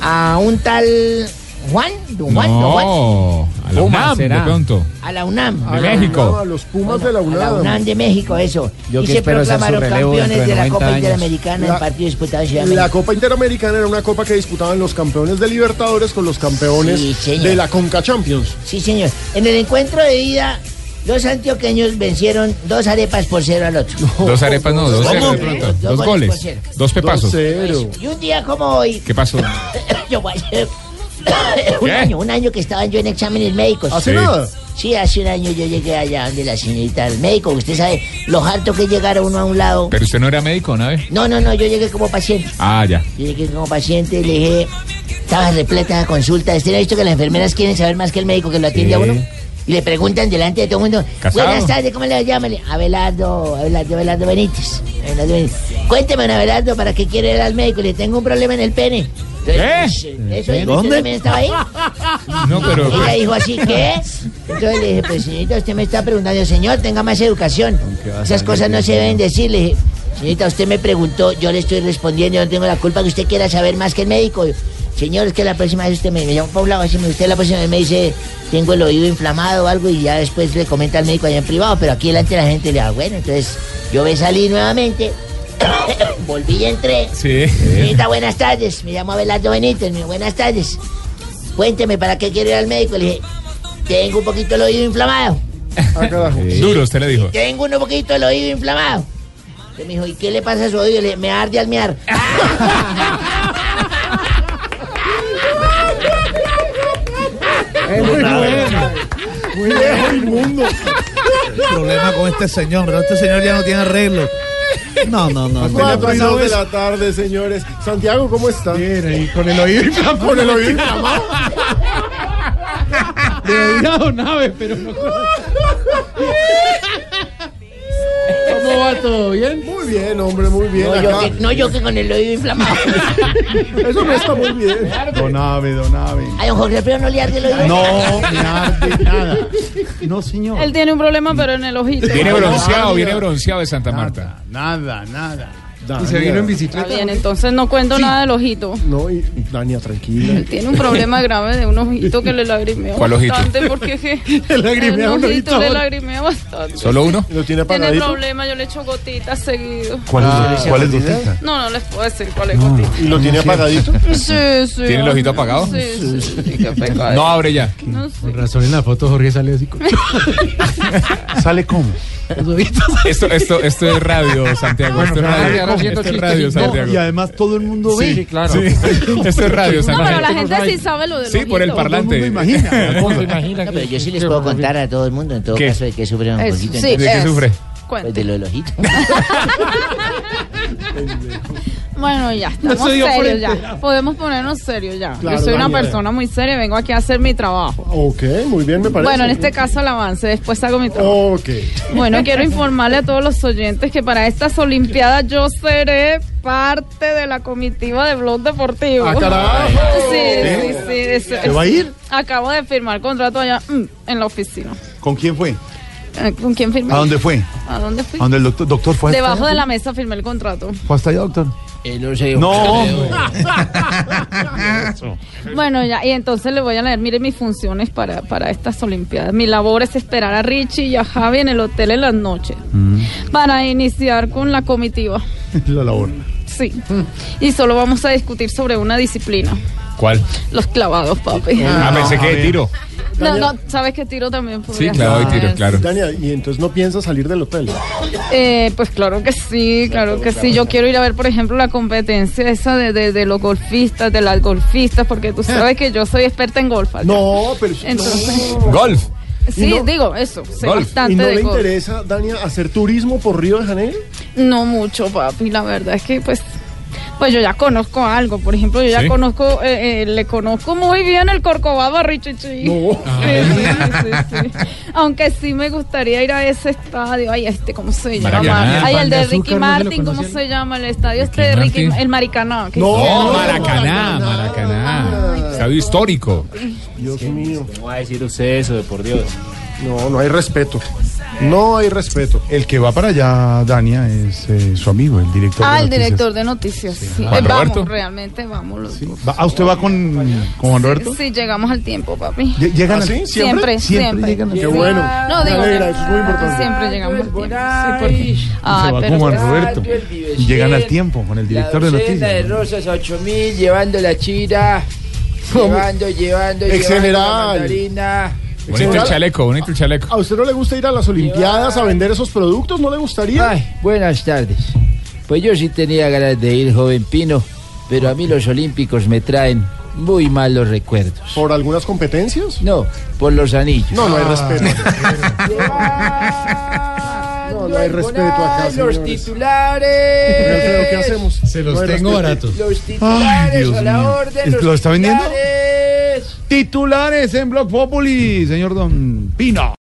Speaker 12: a un tal Juan, don Juan, don Juan.
Speaker 23: No, a la
Speaker 12: Puma,
Speaker 23: UNAM, de
Speaker 12: será.
Speaker 23: pronto.
Speaker 12: a la UNAM.
Speaker 23: De A la México. UNAM,
Speaker 8: a los Pumas de la
Speaker 12: A la
Speaker 8: UNAM.
Speaker 12: UNAM de México, eso.
Speaker 8: Yo
Speaker 12: y
Speaker 8: que
Speaker 12: se
Speaker 8: espero ser su
Speaker 12: proclamaron
Speaker 8: relevo
Speaker 12: campeones
Speaker 8: dentro
Speaker 12: de,
Speaker 8: de
Speaker 12: la
Speaker 8: 90
Speaker 12: Copa
Speaker 8: años.
Speaker 12: Interamericana en
Speaker 8: La-
Speaker 12: partido disputado en Ciudad
Speaker 8: La
Speaker 12: América.
Speaker 8: Copa Interamericana era una copa que disputaban los campeones de Libertadores con los campeones
Speaker 12: Sí, señor.
Speaker 8: de la Conca Champions.
Speaker 12: Sí, señor. En el encuentro de ida, los antioqueños vencieron dos arepas por cero al otro. Pues,
Speaker 23: Dos arepas, no, dos, cero,
Speaker 12: ¿Cómo?
Speaker 23: de pronto.
Speaker 12: Dos
Speaker 23: dos
Speaker 12: goles
Speaker 23: goles.
Speaker 12: por cero.
Speaker 23: Dos pepazos.
Speaker 12: Y un día como hoy,
Speaker 23: ¿Qué pasó?
Speaker 12: yo voy a hacer- un
Speaker 23: ¿Qué?
Speaker 12: año, un año que estaba yo en exámenes médicos.
Speaker 23: ¿Hace Sí. nada?
Speaker 12: Sí, hace un año yo llegué allá donde la señorita del médico. Usted sabe lo harto que es llegar a uno a un lado.
Speaker 23: Pero usted no era médico, ¿no? eh?
Speaker 12: No, no, no, yo llegué como paciente.
Speaker 23: Ah, ya.
Speaker 12: Yo llegué como paciente y le dije, estaba repleta de consultas. ¿Usted no ha visto que las enfermeras quieren saber más que el médico que lo atiende a
Speaker 23: Sí.
Speaker 12: uno? Y le preguntan delante de todo el mundo,
Speaker 23: Casado.
Speaker 12: buenas tardes, ¿cómo le llaman? Abelardo, Abelardo, Abelardo Benítez. Abelardo Benítez. Cuénteme, don Abelardo, ¿para qué quiere ir al médico? Le tengo un problema en el pene. Entonces, pues, Eso, ¿y usted
Speaker 23: ¿Dónde?
Speaker 12: también estaba ahí?
Speaker 23: No, pero. pues.
Speaker 12: Ella dijo así, ¿qué? Entonces le dije, pues señorita, usted me está preguntando, señor, tenga más educación. Esas cosas no se deben decir. Le dije, señorita, usted me preguntó, yo le estoy respondiendo, yo no tengo la culpa que usted quiera saber más que el médico. Señor, es que la próxima vez usted me, me llama para un lado, así me- usted la próxima vez me dice, tengo el oído inflamado o algo, y ya después le comenta al médico allá en privado, pero aquí delante la gente le da, bueno, entonces yo me salí nuevamente, volví y entré.
Speaker 23: Sí.
Speaker 12: Señorita, buenas tardes. Me llamo Abelardo Benítez. Me dijo, buenas tardes. Cuénteme, ¿para qué quiero ir al médico? Le dije, tengo un poquito el oído inflamado.
Speaker 23: Sí. Duro, usted le dijo.
Speaker 12: Tengo un poquito el oído inflamado. Entonces me dijo, ¿y qué le pasa a su oído? Le dije, me arde al mear.
Speaker 13: Es muy bueno.
Speaker 8: Muy viejo inmundo.
Speaker 13: El problema con este señor, ¿no? Este señor ya no tiene arreglo. No, no, no. no.
Speaker 8: Cuatro y dos de la tarde, señores. Santiago, ¿cómo está? Bien, ahí con el oído inflamado. Con el oído inflamado.
Speaker 5: nave, pero no.
Speaker 12: ¿Cómo va todo? ¿Bien?
Speaker 8: Muy bien, hombre, muy bien.
Speaker 12: No, yo
Speaker 8: acá.
Speaker 12: que, no, yo que con el oído inflamado.
Speaker 8: Eso no está muy bien.
Speaker 13: Donave, Donave.
Speaker 12: A don Jorge Alfredo no le arde el oído.
Speaker 13: No, me arde nada. No, señor.
Speaker 4: Él tiene un problema, pero en el ojito.
Speaker 23: Viene bronceado, viene bronceado de Santa Marta.
Speaker 13: Nada, nada.
Speaker 23: Y se vino en bicicleta.
Speaker 4: Está bien, entonces no cuento nada del ojito.
Speaker 8: No, y Dania, tranquila.
Speaker 4: Tiene un problema grave de un ojito que le lagrimeó
Speaker 8: ¿Cuál ojito?
Speaker 4: bastante porque es que
Speaker 8: Le lagrimea
Speaker 4: el
Speaker 8: un ojito.
Speaker 4: le lagrimea bastante.
Speaker 23: ¿Solo uno?
Speaker 8: ¿Lo
Speaker 4: Tiene
Speaker 8: tiene apagadito?
Speaker 4: problema, yo le echo gotitas seguido.
Speaker 8: ¿Cuál es- cuál es gotita?
Speaker 4: No, no les puedo decir cuál es gotita.
Speaker 8: ¿Y lo tiene apagadito?
Speaker 4: Sí, sí.
Speaker 23: ¿Tiene el ojito apagado?
Speaker 4: Sí, sí.
Speaker 23: No abre ya.
Speaker 4: No sé.
Speaker 23: Con razón en la foto Jorge sale así.
Speaker 13: ¿Sale cómo?
Speaker 23: Esto, esto, esto es radio, Santiago. esto es
Speaker 13: Bueno,
Speaker 23: radio.
Speaker 13: claro,
Speaker 23: Esto
Speaker 13: como-
Speaker 23: es radio,
Speaker 13: No,
Speaker 23: Santiago.
Speaker 13: y además todo el mundo ve.
Speaker 23: Sí, claro. Esto es radio,
Speaker 4: No, pero
Speaker 23: Santiago.
Speaker 4: la gente sí sabe lo del
Speaker 23: Sí, por el
Speaker 4: ojito.
Speaker 23: parlante.
Speaker 12: No, pero yo sí les puedo contar a todo el mundo, en todo
Speaker 23: ¿Qué?
Speaker 12: caso, de que sufren un
Speaker 4: Eso,
Speaker 12: poquito.
Speaker 4: sí, ¿De qué eso. sufre?
Speaker 12: Pues de lo del ojito.
Speaker 4: Bueno, ya estamos
Speaker 12: se dio
Speaker 4: serios
Speaker 12: frente.
Speaker 4: ya. Podemos ponernos serios ya.
Speaker 8: Claro,
Speaker 4: Yo soy una
Speaker 8: Daniela.
Speaker 4: persona muy seria, vengo aquí a hacer mi trabajo.
Speaker 8: Ok, muy bien, me parece.
Speaker 4: Bueno, en este caso el avance, después hago mi trabajo.
Speaker 8: Ok.
Speaker 4: Bueno, quiero informarle a todos los oyentes que para estas Olimpiadas yo seré parte de la comitiva de Blog Deportivo.
Speaker 13: ¡Ah, carajo!
Speaker 4: Sí, sí,
Speaker 13: ¿Eh?
Speaker 4: sí. eso
Speaker 13: ¿Se
Speaker 4: es.
Speaker 13: va a ir?
Speaker 4: Acabo de firmar contrato allá mm, en la oficina.
Speaker 13: ¿Con quién fue?
Speaker 4: Eh, ¿Con quién firmé?
Speaker 13: ¿A dónde fue?
Speaker 4: ¿A dónde fui?
Speaker 13: ¿A dónde el doctor, doctor fue? hasta
Speaker 4: Debajo
Speaker 13: allá?
Speaker 4: de la mesa firmé el contrato.
Speaker 13: ¿Fue hasta allá, doctor?
Speaker 10: no sé.
Speaker 13: No,
Speaker 10: hombre.
Speaker 4: Bueno, ya, y entonces le voy a leer, miren mis funciones para, para estas Olimpiadas. Mi labor es esperar a Richie y a Javi en el hotel en las noches
Speaker 8: Mm.
Speaker 4: para iniciar con la comitiva.
Speaker 13: La labor.
Speaker 4: Sí. Y solo vamos a discutir sobre una disciplina,
Speaker 23: ¿Cuál?
Speaker 4: los clavados, papi.
Speaker 23: Ah, pensé que de tiro.
Speaker 4: No, no, sabes que tiro también podría
Speaker 23: clavado y
Speaker 4: ser.
Speaker 23: tiro, claro.
Speaker 8: Dania, ¿y entonces no piensas salir del hotel?
Speaker 4: Eh, pues claro que sí, claro que sí. Yo quiero ir a ver, por ejemplo, la competencia esa de, de, de los golfistas, de las golfistas, porque tú sabes que yo soy experta en golf. allá.
Speaker 8: No, pero...
Speaker 4: Entonces,
Speaker 23: Golf.
Speaker 4: Sí,
Speaker 8: No.
Speaker 4: digo, eso. sé bastante
Speaker 8: ¿Y no
Speaker 4: de
Speaker 8: le
Speaker 4: golf.
Speaker 8: interesa, Dania, hacer turismo por Río de Janeiro?
Speaker 4: No mucho, papi. La verdad es que, pues, pues yo ya conozco algo. Por ejemplo, yo ya
Speaker 8: ¿Sí?
Speaker 4: conozco, eh, eh, le conozco muy bien el Corcovado a Richichi. Aunque sí me gustaría ir a ese estadio. Ay, este, ¿cómo se llama?
Speaker 23: Maracaná.
Speaker 4: Ay, el de
Speaker 23: Pan de
Speaker 4: Ricky
Speaker 23: azúcar, ¿no se lo
Speaker 4: Martin, ¿cómo
Speaker 23: conocían?
Speaker 4: se llama? El estadio este de Ricky,
Speaker 23: Martin.
Speaker 4: el Maracaná. que
Speaker 23: No,
Speaker 4: hicieron.
Speaker 23: Maracaná, Maracaná. Estadio histórico.
Speaker 8: Dios mío.
Speaker 26: ¿Cómo va a decir usted eso, de por Dios?
Speaker 8: No, no hay respeto. No hay respeto.
Speaker 13: El que va para allá, Dania, es eh, su amigo, el director. de
Speaker 4: Ah, el
Speaker 13: noticias.
Speaker 4: director de noticias. sí.
Speaker 13: Juan
Speaker 4: Eh,
Speaker 13: Roberto.
Speaker 4: vamos, realmente vamos los dos.
Speaker 13: Va- ah, usted va con, con Juan Roberto?
Speaker 4: Sí, llegamos al tiempo, papi.
Speaker 13: Lle- ¿Llegan
Speaker 4: ¿Ah,
Speaker 13: al-
Speaker 4: sí?
Speaker 13: siempre.
Speaker 4: Siempre, siempre.
Speaker 13: llegan al-
Speaker 4: Sí. No, digo, siempre llegamos al tiempo. Sí, porque-
Speaker 13: Se
Speaker 4: Ah,
Speaker 13: va
Speaker 4: pero
Speaker 13: con Juan
Speaker 4: es que-
Speaker 13: Roberto. Llegan al tiempo con el director de
Speaker 10: docena
Speaker 13: noticias.
Speaker 10: de rosas a 8000, llevando la chira,
Speaker 8: ¿Cómo?
Speaker 10: llevando, llevando,
Speaker 8: Ex
Speaker 10: llevando
Speaker 8: general.
Speaker 10: la mandarina.
Speaker 23: Bonito el chaleco, bonito el chaleco.
Speaker 8: ¿A usted no le gusta ir a las Olimpiadas a vender esos productos? ¿No le gustaría?
Speaker 10: Buenas tardes. Pues yo sí tenía ganas de ir, joven Pino, pero a mí los olímpicos me traen muy malos recuerdos.
Speaker 8: ¿Por algunas competencias?
Speaker 10: No, por los anillos.
Speaker 8: No,
Speaker 13: Ah.
Speaker 8: no hay respeto. No, no hay respeto acá,
Speaker 10: Ay, los
Speaker 8: señores.
Speaker 10: titulares.
Speaker 8: Alfredo, ¿qué hacemos?
Speaker 13: Se los
Speaker 8: hay
Speaker 13: tengo
Speaker 8: respeto.
Speaker 13: baratos.
Speaker 10: Los titulares
Speaker 13: Dios
Speaker 10: a la
Speaker 13: mío.
Speaker 10: orden.
Speaker 13: ¿Lo
Speaker 10: los
Speaker 13: está vendiendo?
Speaker 10: titulares.
Speaker 13: Titulares en Blog Populi, señor Don Pino.